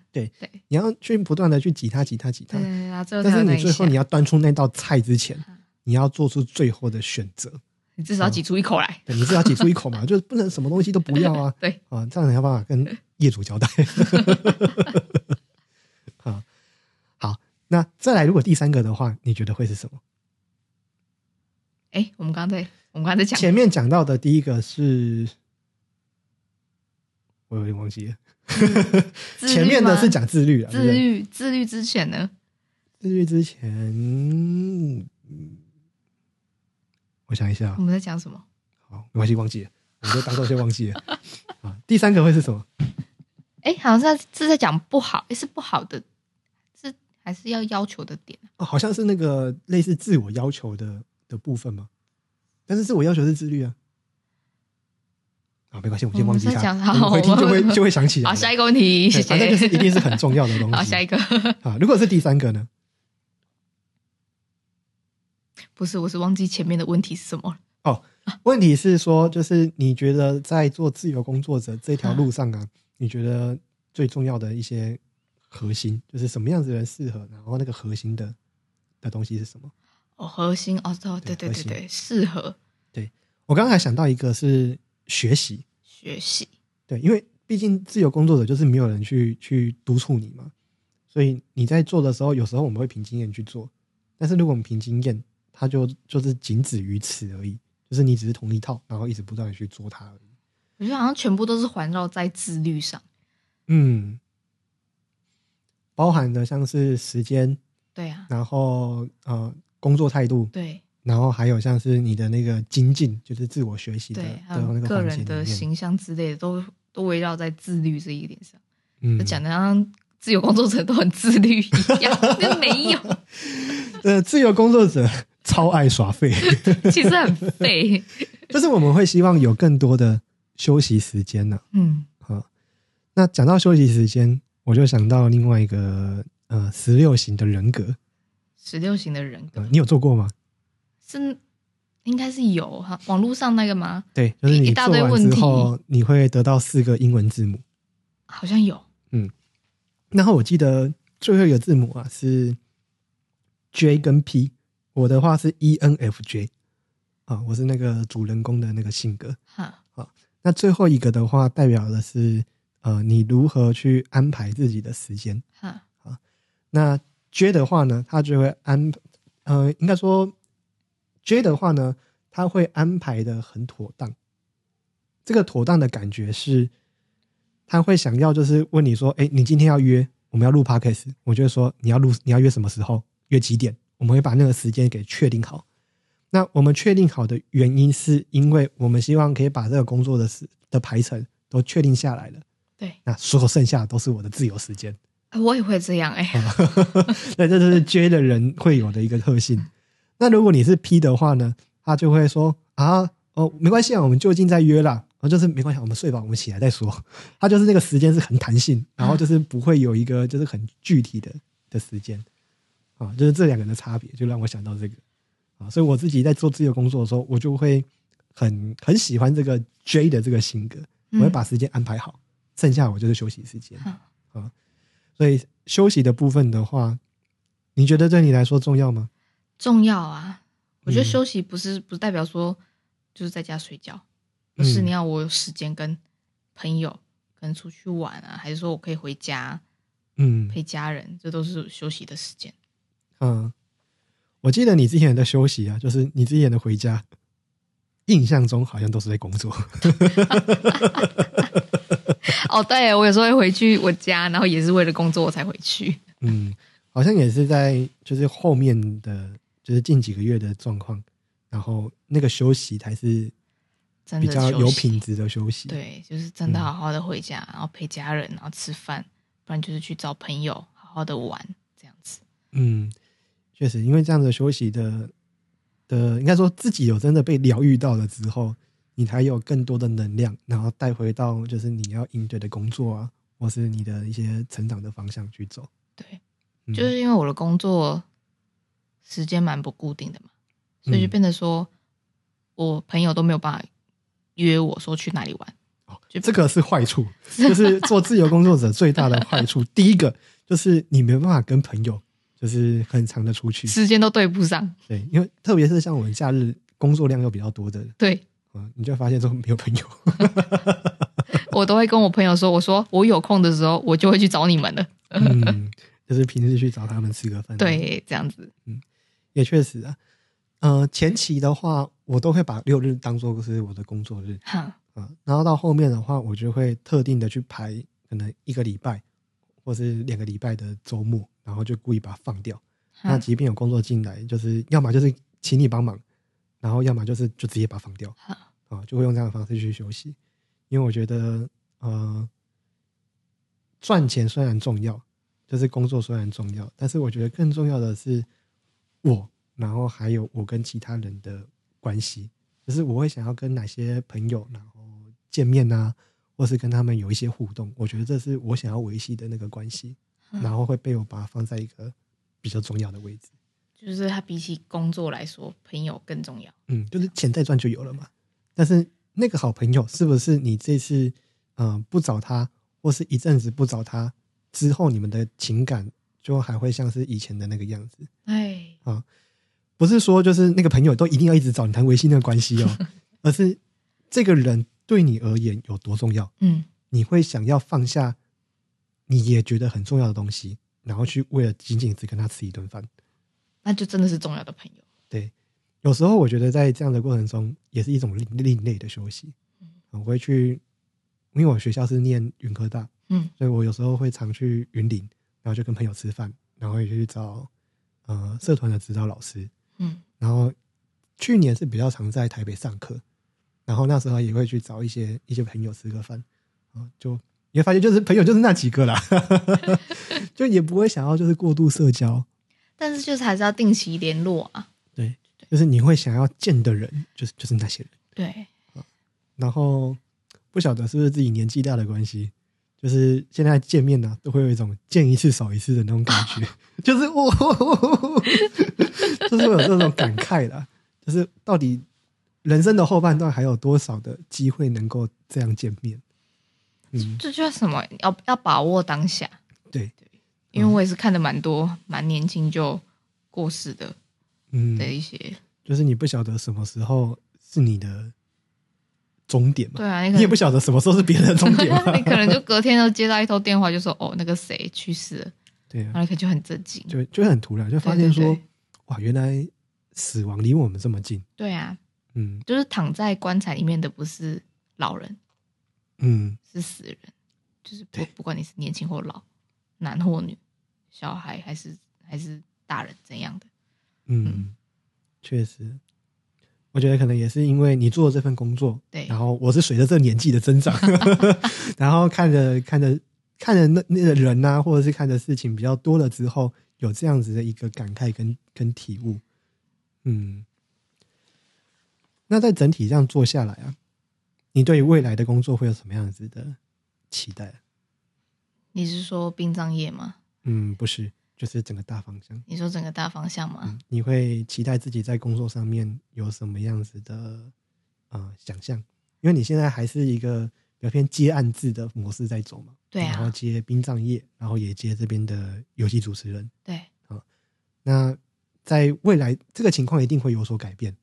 你要去不断的去挤它挤它挤它对，对对，然后最后但才有是那你一最后下，你要端出那道菜之前嗯，你要做出最后的选择，你至少要挤出一口来。对，你是要挤出一口 [LAUGHS] 嘛，就是不能什么东西都不要啊，对啊，这样你要办法跟业主 [LAUGHS] 交代。啊，好，那再来，如果第三个的话，你觉得会是什么？哎、我们刚刚在我们刚刚在讲，前面讲到的第一个是，我有点忘记了，自律 [LAUGHS] 前面的吗是讲自律啊，对不嗯自对？律，自律之前呢，自律之前，嗯我想一下啊我，们在讲什么？好，没关系，忘记了，我们就当做先忘记了。 [LAUGHS] 啊，第三个会是什么？哎、好像是是在讲不好，哎、是不好的，是还是要要求的点，啊哦，好像是那个类似自我要求的的部分吗？但是自我要求是自律啊。啊，没关系，我们先忘记我们在讲它，好我们回听就我会们就会想起来 [LAUGHS] 好，了。下一个问题，谢啊对谢反。正就是一定是很重要的东西。 [LAUGHS] 好，下一个啊，如果是第三个呢？不是，我是忘记前面的问题是什么了。问题是说，就是你觉得在做自由工作者这条路上啊，你觉得最重要的一些核心，就是什么样子的人适合，然后那个核心的的东西是什么？哦，核心哦，对对核对对心对，适合我刚刚还想到一个是学习，学习，对，因为毕竟自由工作者就是没有人去去督促你嘛，所以你在做的时候，有时候我们会凭经验去做，但是如果我们凭经验，它就就是仅止于此而已，就是你只是同一套，然后一直不断的去做它而已。我觉得好像全部都是环绕在自律上。嗯，包含的像是时间，对啊，然后呃工作态度，对然后还有像是你的那个精进，就是自我学习的对，还的那个有个环节人里的面，形象之类的，都都围绕在自律这一点上。嗯就，讲的像自由工作者都很自律一样， [LAUGHS] 但没有，呃，自由工作者 [LAUGHS] 超爱耍废。其实很废。就是我们会希望有更多的休息时间呢、嗯，啊。那讲到休息时间，我就想到另外一个呃十六型的人格、十六型的人格呃，你有做过吗？是应该是有哈，网络上那个吗？对，就是一你一大做堆完问之题后，你会得到四个英文字母。好像有然后我记得最后一个字母啊是 J 跟 P，我的话是 E N F J 啊，我是那个主人公的那个性格。哈，那最后一个的话，代表的是呃你如何去安排自己的时间。哈，那 J 的话呢，他就会安，呃，应该说 J 的话呢，他会安排的很妥当。这个妥当的感觉是，他会想要就是问你说，哎、你今天要约，我们要录 podcast，我就会说你要录，你要约什么时候，约几点，我们会把那个时间给确定好。那我们确定好的原因，是因为我们希望可以把这个工作的时的排程都确定下来了。对，那所有剩下的都是我的自由时间。啊我也会这样哦哎、 [LAUGHS] 对，这就是 J 的人会有的一个特性。那如果你是 P 的话呢，他就会说啊，哦，没关系啊，我们就近再约啦。然后就是没关系啊，我们睡吧，我们起来再说。他就是那个时间是很弹性，然后就是不会有一个就是很具体的的时间啊，就是这两个人的差别，就让我想到这个啊。所以我自己在做自由工作的时候，我就会很很喜欢这个 J 的这个性格，我嗯会把时间安排好，剩下我就是休息时间。哈所以休息的部分的话，你觉得对你来说重要吗？重要啊。我觉得嗯休息不是不代表说就是在家睡觉，不是嗯你要我有时间跟朋友跟出去玩啊，还是说我可以回家嗯陪家人，这都是休息的时间。嗯，我记得你之前的休息啊，就是你之前的回家，印象中好像都是在工作。哦，对，我有时候会回去我家，然后也是为了工作我才回去。嗯，好像也是在就是后面的，就是近几个月的状况，然后那个休息才是真比的较休有息品质的休息。， [LAUGHS] 对，就是真的嗯好好的回家，然后陪家人，然后吃饭，不然就是去找朋友好好的玩，这样嗯，确实，因为这样的休息的的，应该说自己有真的被疗愈到了之后，你才有更多的能量，然后带回到就是你要应对的工作啊，或是你的一些成长的方向去走。对，嗯、就是因为我的工作时间蛮不固定的嘛，所以嗯就变得说，我朋友都没有办法约我说去哪里玩。哦，这个是坏处，就是做自由工作者最大的坏 [LAUGHS] 处。第一个就是你没办法跟朋友，就是很长的出去，时间都对不上。对，因为特别是像我们假日工作量又比较多的，对嗯，你就会发现说没有 [LAUGHS] 朋友。我都会跟我朋友说，我说我有空的时候，我就会去找你们的。嗯，就是平时去找他们吃个饭，，啊对，这样子。也确实啊。呃，前期的话，我都会把六日当做是我的工作日哈，啊，然后到后面的话，我就会特定的去排可能一个礼拜或是两个礼拜的周末，然后就故意把它放掉。那哈即便有工作进来，就是要么就是请你帮忙，然后要么就是就直接把它放掉哈啊，就会用这样的方式去休息。因为我觉得，呃，赚钱虽然重要，就是工作虽然重要，但是我觉得更重要的是我，然后还有我跟其他人的关系，就是我会想要跟哪些朋友然后见面啊，或是跟他们有一些互动，我觉得这是我想要维系的那个关系，嗯然后会被我把它放在一个比较重要的位置。就是他比起工作来说，朋友更重要。嗯，就是钱再赚就有了嘛。但是那个好朋友是不是你这次嗯、呃不找他，或是一阵子不找他之后，你们的情感就还会像是以前的那个样子？哎，哦不是说就是那个朋友都一定要一直找你谈维系那个关系哦，而是这个人对你而言有多重要，嗯，你会想要放下你也觉得很重要的东西，然后去为了仅仅只跟他吃一顿饭。那就真的是重要的朋友。对，有时候我觉得在这样的过程中，也是一种另另类的休息。我会去，因为我学校是念云科大，嗯，所以我有时候会常去云林，然后就跟朋友吃饭，然后也去找呃社团的指导老师，嗯然后去年是比较常在台北上课，然后那时候也会去找一些一些朋友吃个饭，啊、就你会发现就是朋友就是那几个啦，就也不会想要就是过度社交，，但是就是还是要定期联络啊。对，就是你会想要见的人，就是就是那些人。对，然后不晓得是不是自己年纪大的关系，就是现在见面呢、啊都会有一种见一次少一次的那种感觉，就是我、哦， [LAUGHS] 就是会有这种感慨啦。就是到底人生的后半段还有多少的机会能够这样见面？嗯，这叫什么？要要把握当下。对，嗯因为我也是看的蛮多，蛮年轻就过世的嗯，的一些。就是你不晓得什么时候是你的终点嘛，对啊，你可你也不能，晓得什么时候是别人的终点嘛 [LAUGHS] 你可能就隔天就接到一通电话，就说哦那个谁去世了，对啊然。后你可能就很震惊。就就会很突然，就发现说，对对对哇，原来死亡离我们这么近。对啊，嗯就是躺在棺材里面的不是老人，嗯，是死人，就是不对不管你是年轻或老，男或女，小孩还是还是大人怎样的。嗯嗯，确、实，我觉得可能也是因为你做这份工作，对然后我是随着这年纪的增 [LAUGHS] 长，然后看着看着看着那那个人呐、或者是看着事情比较多了之后，有这样子的一个感慨跟跟体悟。嗯，那在整体这样做下来啊，你对于未来的工作会有什么样子的期待啊？你是说殡葬业吗？嗯，不是，就是整个大方向。你说整个大方向吗？嗯，你会期待自己在工作上面有什么样子的呃想象？因为你现在还是一个比较偏接案制的模式在走嘛，对然后啊，接殡葬业，然后也接这边的游戏主持人。对，那在未来，这个情况一定会有所改变。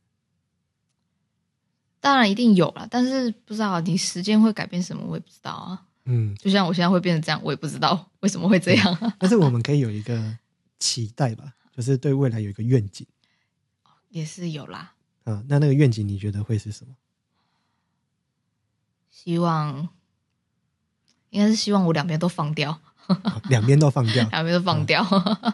当然一定有啦，但是不知道你时间会改变什么，我也不知道啊。嗯，就像我现在会变成这样，我也不知道为什么会这样 [LAUGHS] 啊，但是我们可以有一个期待吧，就是对未来有一个愿景也是有啦。啊、那那个愿景你觉得会是什么？希望应该是希望我两边都放掉，，[LAUGHS] 啊两边都放掉 [LAUGHS] 两边都放掉。嗯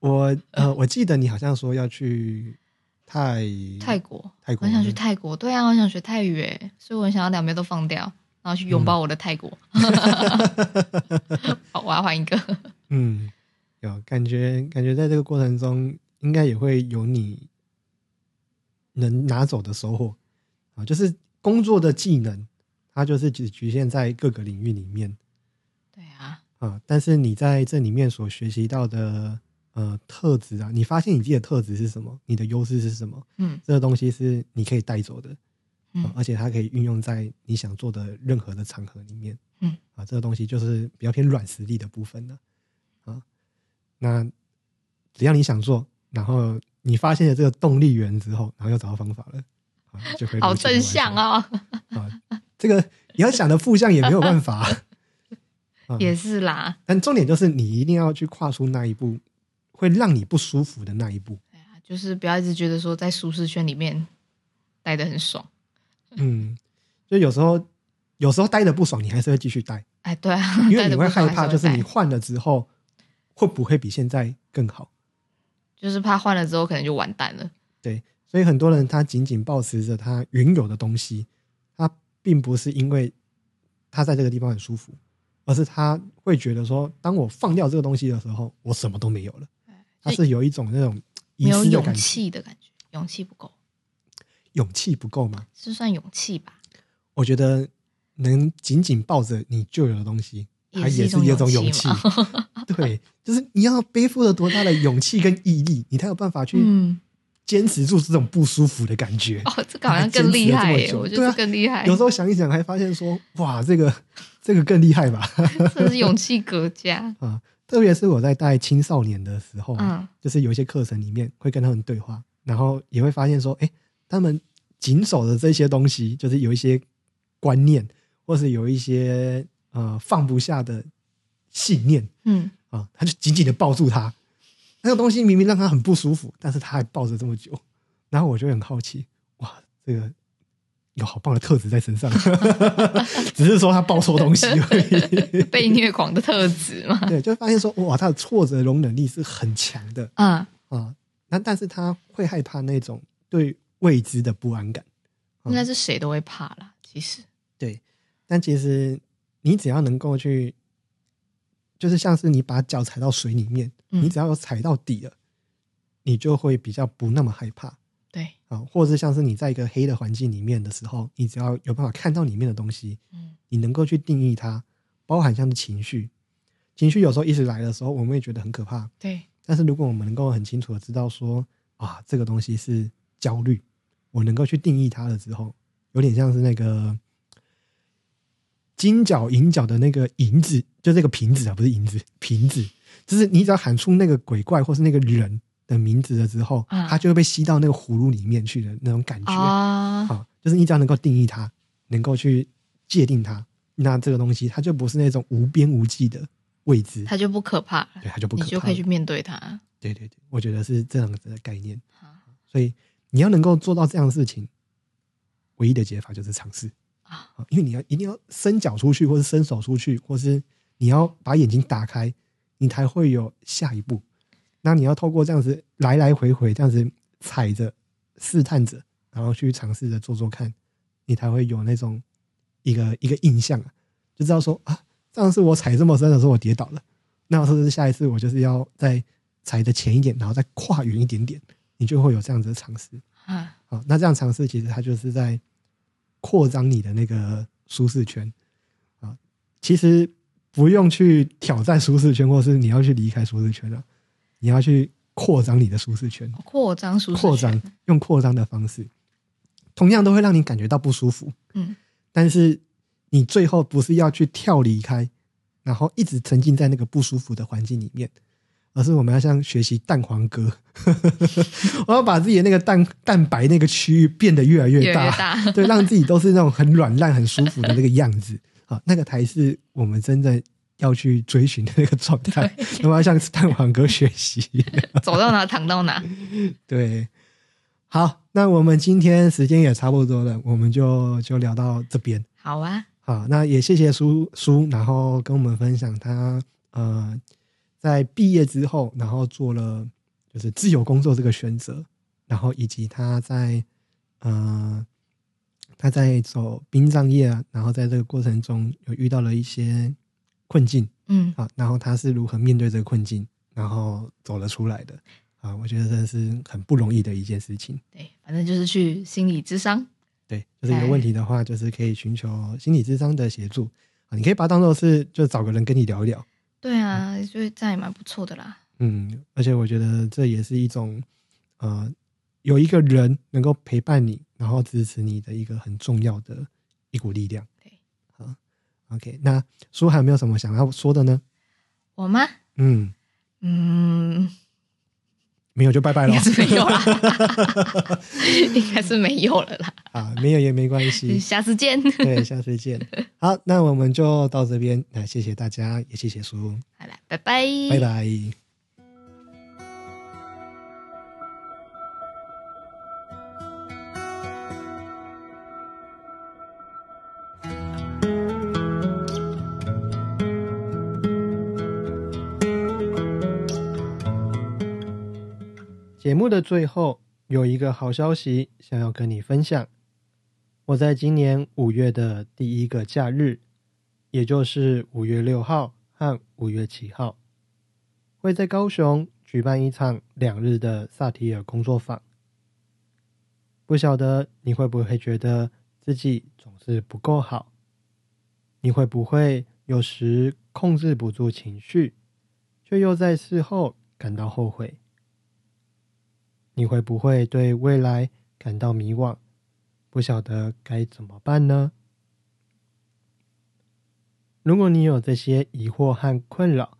我呃，我记得你好像说要去泰泰国，泰国我很想去泰国，对啊，我很想学泰语，哎，所以我很想要两边都放掉，然嗯 [LAUGHS] 后 [LAUGHS] 去拥抱我的泰国。好，我要换一个。嗯，有感觉，感觉在这个过程中，应该也会有你能拿走的收获啊。就是工作的技能，它就是只局限在各个领域里面对啊，啊，但是你在这里面所学习到的呃特质啊，你发现你自己的特质是什么，你的优势是什么，嗯这个东西是你可以带走的。啊嗯，而且它可以运用在你想做的任何的场合里面。嗯，啊，这个东西就是比较偏软实力的部分呢、啊。那只要你想做，然后你发现了这个动力源之后，然后又找到方法了，啊，就会好正向啊！哦，啊，这个你要想的负向也没有办法、 [LAUGHS] 啊 [LAUGHS] 也是啦，但重点就是你一定要去跨出那一步，会让你不舒服的那一步。对啊，就是不要一直觉得说在舒适圈里面待得很爽，嗯，就有时候有时候待的不爽，你还是会继续待。哎，对啊，因为 [LAUGHS] 待你得会不爽害还怕，就是会你待换了之后会不会比现在更好？就是怕换了之后可能就完蛋了，对，所以很多人他紧紧抱持着他原有的东西，他并不是因为他在这个地方很舒服，而是他会觉得说，当我放掉这个东西的时候，我什么都没有了。他是有一种那种没遗有失的勇感觉，气的感觉，勇气不够，勇气不够嘛？是算勇气吧？我觉得能紧紧抱着你旧有的东西，也它是也一是种一种勇勇气气嘛。 [LAUGHS] 对，就是你要背负了多大的勇气跟毅力，你才有办法去嗯，坚持住这种不舒服的感觉。哦，这个好像更厉害耶，还坚持了这么久我觉对得啊这更厉害，有时候想一想，还发现说，哇，这个这个更厉害吧？ [LAUGHS] 这是勇气格家。啊，特别是我在带青少年的时候啊，嗯，就是有一些课程里面会跟他们对话，然后也会发现说，哎、他们紧守的这些东西，就是有一些观念，或是有一些呃放不下的信念嗯，啊，他就紧紧的抱住他。那个东西明明让他很不舒服，但是他还抱着这么久，然后我就很好奇，哇，这个有好棒的特质在身上， [LAUGHS] 只是说他抱错东西而已。 [LAUGHS] [LAUGHS] 被虐狂的特质嘛。对，就发现说，哇，他的挫折容忍力是很强的嗯，啊。那但是他会害怕那种对未知的不安感，应该是谁都会怕啦。其实，对。但其实你只要能够去，就是像是你把脚踩到水里面，你嗯只，要有踩到底了，你就会比较不那么害怕对，啊。或者是像是你在一个黑的环境里面的时候，你只要有办法看到里面的东西，嗯，你能够去定义它，包含像是情绪。情绪有时候一直来的时候，我们会觉得很可怕，对，但是如果我们能够很清楚的知道说啊，这个东西是焦虑，我能够去定义它了之后，有点像是那个金角银角的那个银子，就这个瓶子啊，不是银子，瓶子，就是你只要喊出那个鬼怪或是那个人的名字了之后，嗯它就会被吸到那个葫芦里面去的那种感觉。啊，啊，就是你只要能够定义它，能够去界定它，那这个东西它就不是那种无边无际的未知，他就不可怕了，对，它就不可你怕就可以了去面对他。对对对，我觉得是这样子的概念。啊所以你要能够做到这样的事情，唯一的解法就是尝试啊，啊，因为你要一定要伸脚出去，或是伸手出去，或是你要把眼睛打开，你才会有下一步。那你要透过这样子来来回回这样子踩着、试探着，然后去尝试着做做看，你才会有那种一个一个印象啊，就知道说啊，上次我踩这么深的时候我跌倒了，那是不是下一次我就是要再踩的前一点，然后再跨远一点点，你就会有这样子的尝试。啊，好，那这样尝试其实它就是在扩张你的那个舒适圈啊。其实不用去挑战舒适圈，或是你要去离开舒适圈了、你要去扩张你的舒适圈，扩张舒适扩张圈，用扩张的方式，同样都会让你感觉到不舒服，嗯，但是你最后不是要去跳离开，然后一直沉浸在那个不舒服的环境里面，而是我们要像学习蛋黄哥， [LAUGHS] 我要把自己的那个蛋蛋白那个区域变得越来越越来大，越大。 [LAUGHS] 对，让自己都是那种很软烂、很舒服的那个样子啊，那个才是我们真正要去追寻的那个状态。那么要向蛋黄哥学习。 [LAUGHS] 走到哪躺到哪。对，好，那我们今天时间也差不多了，我们就就聊到这边。好啊，好，那也谢谢苏苏，然后跟我们分享他呃在毕业之后，然后做了就是自由工作这个选择，然后以及他在呃他在走殡葬业啊，然后在这个过程中有遇到了一些困境嗯啊，然后他是如何面对这个困境，然后走了出来的啊，我觉得真的是很不容易的一件事情。对，反正就是去心理智商。对，就是哎有问题的话，就是可以寻求心理智商的协助啊。你可以把它当做是就找个人跟你聊一聊。对啊，就是这样也蛮不错的啦。嗯，而且我觉得这也是一种呃，有一个人能够陪伴你，然后支持你的一个很重要的一股力量。对，好，OK，那舒涵有没有什么想要说的呢？我吗？嗯，嗯，没有就拜拜应喽该是没有 [LAUGHS] 啦，应该是没有了啦。啊，没有也没关系。下次见，对，下次见。好，那我们就到这边，那谢谢大家，也谢谢叔，好啦，拜拜，拜拜。节目的最后有一个好消息想要跟你分享。我在今年五月的第一个假日，也就是五月六号和五月七号，会在高雄举办一场两日的萨提尔工作坊。不晓得你会不会觉得自己总是不够好？你会不会有时控制不住情绪，却又在事后感到后悔？你会不会对未来感到迷惘，不晓得该怎么办呢？如果你有这些疑惑和困扰，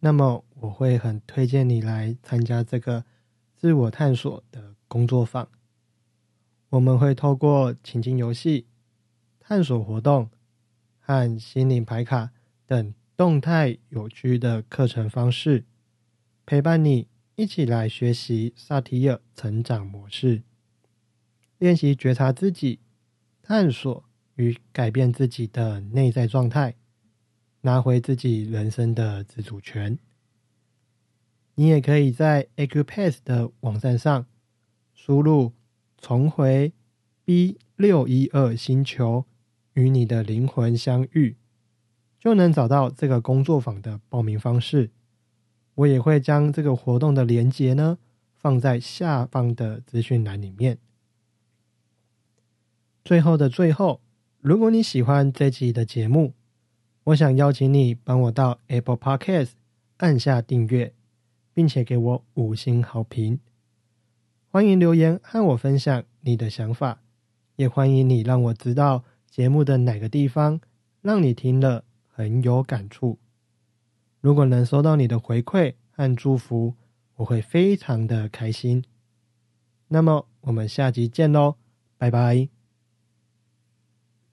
那么我会很推荐你来参加这个自我探索的工作坊。我们会透过情境游戏、探索活动和心灵牌卡等动态有趣的课程方式，陪伴你一起来学习萨提尔成长模式，练习觉察自己，探索与改变自己的内在状态，拿回自己人生的自主权。你也可以在 Acupass 的网站上输入“重回 B 六一二星球”，与你的灵魂相遇，就能找到这个工作坊的报名方式。我也会将这个活动的连接呢放在下方的资讯栏里面。最后的最后，如果你喜欢这集的节目，我想邀请你帮我到 Apple Podcast 按下订阅，并且给我五星好评。欢迎留言和我分享你的想法，也欢迎你让我知道节目的哪个地方让你听了很有感触。如果能收到你的回馈和祝福，我会非常的开心。那么我们下集见喽，拜拜。